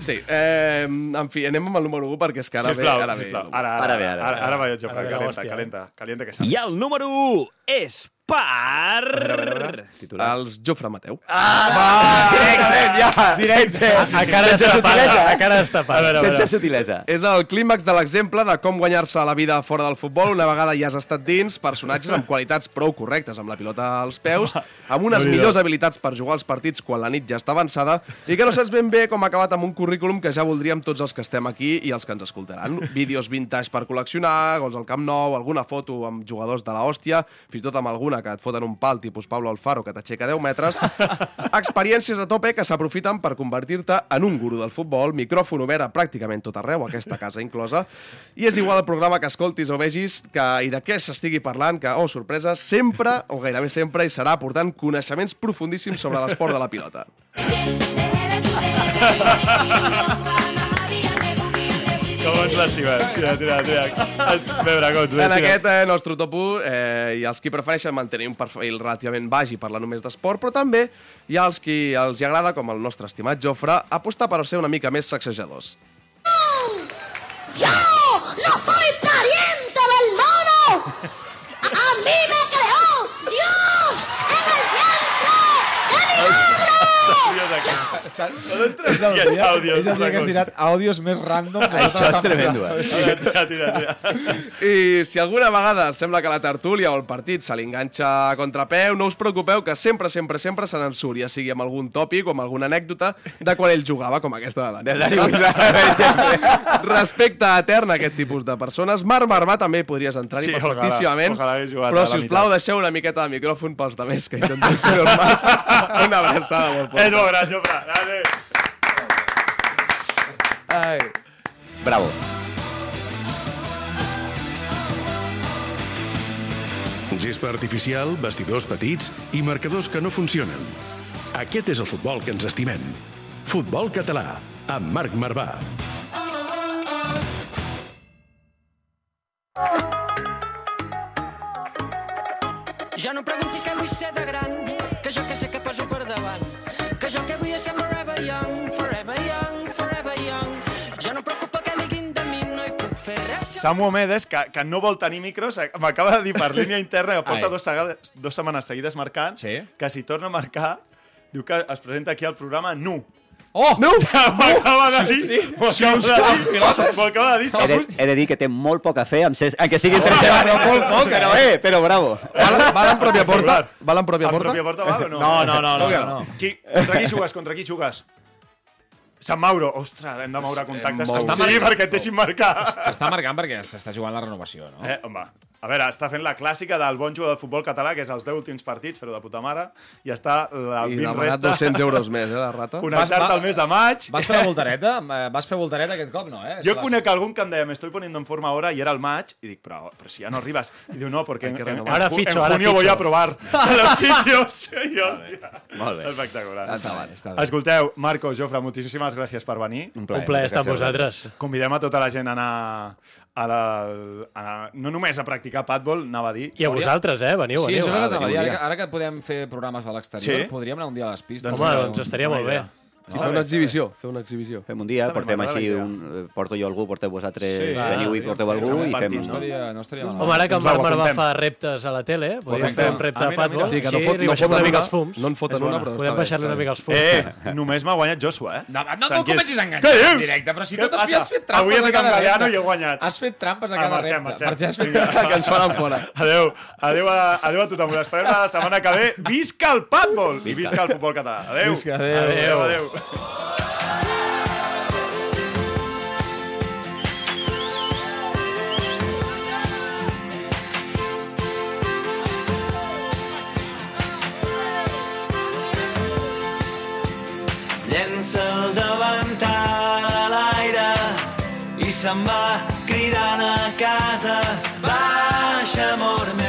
E: Sí, eh, en fi, anem amb el número 1 perquè és que ara
C: Sisplau,
E: ve... Ara
C: sisplau.
E: Ve,
C: Ara,
G: Ara
C: ara,
G: ve,
C: ara,
G: ara ve.
C: ara, ara va, Jofre,
F: Ara ve la
C: calenta,
F: hòstia,
C: calenta, calenta que
K: I
C: saps.
K: el número 1 és per...
G: Titular.
E: Els Jofre Mateu.
G: Directament, ja! Directe!
F: A cara
G: Sense
F: destapada,
G: sutilesa.
F: a cara destapada.
C: veure,
G: Sense sutilesa.
E: És el clímax de l'exemple de com guanyar-se la vida fora del futbol una vegada ja has estat dins, personatges amb qualitats prou correctes, amb la pilota als peus, amb unes
C: Déu-n'hi-do.
E: millors habilitats per jugar als partits quan la nit ja està avançada i que no saps ben bé com ha acabat amb un currículum que ja voldríem tots els que estem aquí i els que ens escoltaran. Vídeos vintage per col·leccionar, gols al Camp Nou, alguna foto amb jugadors de la hòstia, fins i tot amb alguna que et foten un pal tipus Pablo Alfaro que t'aixeca 10 metres, experiències a tope que s'aprofiten per convertir-te en un guru del futbol, micròfon obert a pràcticament tot arreu, aquesta casa inclosa, i és igual el programa que escoltis o vegis que, i de què s'estigui parlant, que, oh, sorpresa, sempre, o gairebé sempre, hi serà aportant coneixements profundíssims sobre l'esport de la pilota.
C: Com ens l'estimem? Tira, tira,
E: *laughs*
C: tira. A veure, com ens
E: En
C: l'estimem?
E: aquest eh, nostre top 1 eh, hi ha els qui prefereixen mantenir un perfil relativament baix i parlar només d'esport, però també hi ha els qui els hi agrada, com el nostre estimat Jofre, apostar per ser una mica més sacsejadors.
N: ¡Yo no soy pariente del mono! ¡A mí me creó Dios en el
E: *laughs*
C: I els àudios,
D: és el dia
C: una
D: que has
C: cosa.
D: tirat àudios més random. que tota nosaltres vam posar.
G: eh.
C: Tira, tira, tira, tira.
E: I si alguna vegada sembla que la tertúlia o el partit se li enganxa a contrapeu, no us preocupeu que sempre, sempre, sempre se n'ensurt, ja sigui amb algun tòpic o amb alguna anècdota de quan ell jugava, com aquesta de l'Anel. Respecte etern a aquest tipus de persones, Marc Marvà també podries entrar-hi
C: Sí, ojalà,
E: perfectíssimament,
C: ojalà hagués jugat a
E: però,
C: la
E: sisplau,
C: meitat.
E: deixeu una miqueta de micròfon pels demés que intenten ser normals. *laughs* Una abraçada
C: És
E: molt forta.
C: molt gran, Jofre. Gràcies.
E: Ai.
G: Bravo.
B: Gespa artificial, vestidors petits i marcadors que no funcionen. Aquest és el futbol que ens estimem. Futbol català, amb Marc Marvà.
H: Ja no em preguntis què vull ser de gran, que jo que sé que poso per davant, que jo que vull és ser forever young, forever young, forever young. Ja no em preocupa que diguin de mi, no hi puc fer res.
C: Samu Omedes, que, que no vol tenir micros, eh, m'acaba de dir per línia interna que porta
D: Ai.
C: dos, segades, dos setmanes seguides marcant,
D: Sí.
C: que si torna a marcar, diu que es presenta aquí al programa nu. *laughs*
D: Oh! No!
C: M'acaba de dir... M'ho acaba de dir...
D: pilotes.
C: M'ho acaba de dir...
G: He de,
C: Samu.
G: he de dir que té molt poca fe amb ses, en que sigui tercera.
D: però molt poca,
G: Però, eh, però bravo.
E: Val, val en pròpia porta? Val en pròpia
C: En
E: porta?
C: pròpia porta val o no?
F: No, no, no, no. no, no.
C: Qui, contra qui jugues? Contra qui jugues? Sant Mauro. Ostres, hem de moure contactes.
E: mou.
C: Està
D: Està
C: sí,
D: marcant.
C: perquè et deixin marcar.
D: Està marcant perquè s'està jugant la renovació, no?
C: Eh, home, a veure, està fent la clàssica del bon jugador del futbol català, que és els 10 últims partits, però de puta mare, i està la
E: I
C: 20
E: demanat
C: resta
E: 200 euros més, eh, la
C: *laughs*
E: rata?
C: connectar-te
D: Vas-
C: al mes de maig.
D: Vas fer la voltareta? Eh, Vas fer voltareta aquest cop, no? Eh?
C: Yo
D: És la-
C: conec algún que em deia, me estoy poniendo en forma ahora y era el match, y digo, pero, pero si ya no arribas. Y digo, no, porque en, en- en
F: Ahora
C: ju-
F: ficho,
C: en
F: ahora
C: junio
F: ficho.
C: voy a
F: *laughs*
C: probar a los sitios. *laughs* I hòstia,
G: molt bé.
C: Espectacular.
D: Endavant, està bé.
C: Escolteu, Marco, Jofre, moltíssimes gràcies per venir.
F: Un plaer estar amb vosaltres.
C: Convidem a tota la gent a anar a la, a la, no només a practicar padbol, anava a dir,
F: I a vosaltres, eh? Veniu,
D: Sí,
F: veniu.
D: això és el que
G: Ah,
D: t'anava a dir.
G: veniu
D: Ara,
G: dia.
D: que- ara que podem fer programes a l'exterior,
C: Sí?
D: podríem anar un dia a les pistes.
F: Home, doncs estaria
C: Bona
F: molt bé.
C: idea.
E: Fer una exhibició, fer una exhibició.
G: Fem un dia,
E: Està bé,
G: portem
E: m'agrada
G: així,
E: la idea.
G: un, eh, porto jo algú, porteu vosaltres,
E: Sí,
G: sí,
E: va,
G: veniu i
E: podríem
G: porteu
E: fer
G: algú
E: un
G: i
E: partit,
G: fem...
D: *laughs*
E: no estaria- no estaria
F: Home, ara que en Marc Marvà fa reptes a la tele, podem fer un repte a Patbol.
E: Sí, que no
F: així
E: fot- no
F: li
E: fot
F: baixem una
E: una-
F: mica els fums.
E: no en foten
F: És bona.
E: una, però està
F: Podem
E: bé,
F: baixar-li
E: està
F: una
E: bé.
F: mica els fums.
C: Eh, només m'ha guanyat Joshua, eh?
D: No, no, no
C: Tranquils.
D: comencis a enganyar
C: Què dius?
D: en directe, però si
C: Què
D: tu t'has
C: passa?
D: has fet trampes
C: Avui he
D: a
C: fet
D: cada
C: amb Gallano
D: repte.
C: i he guanyat.
D: Has fet trampes a
C: Ah,
D: cada
C: marxem,
D: repte.
C: marxem.
D: Marxem,
C: Vinga.
E: Que ens faran fora.
C: Adéu, adéu a, adéu a tothom. Us esperem la setmana que ve. Visca el patbol i visca el futbol català. Adéu.
D: Visca, adéu.
C: adéu. adéu.
A: Llença el davantal a l'aire i se'n va cridant a casa. Baixa, amor meu.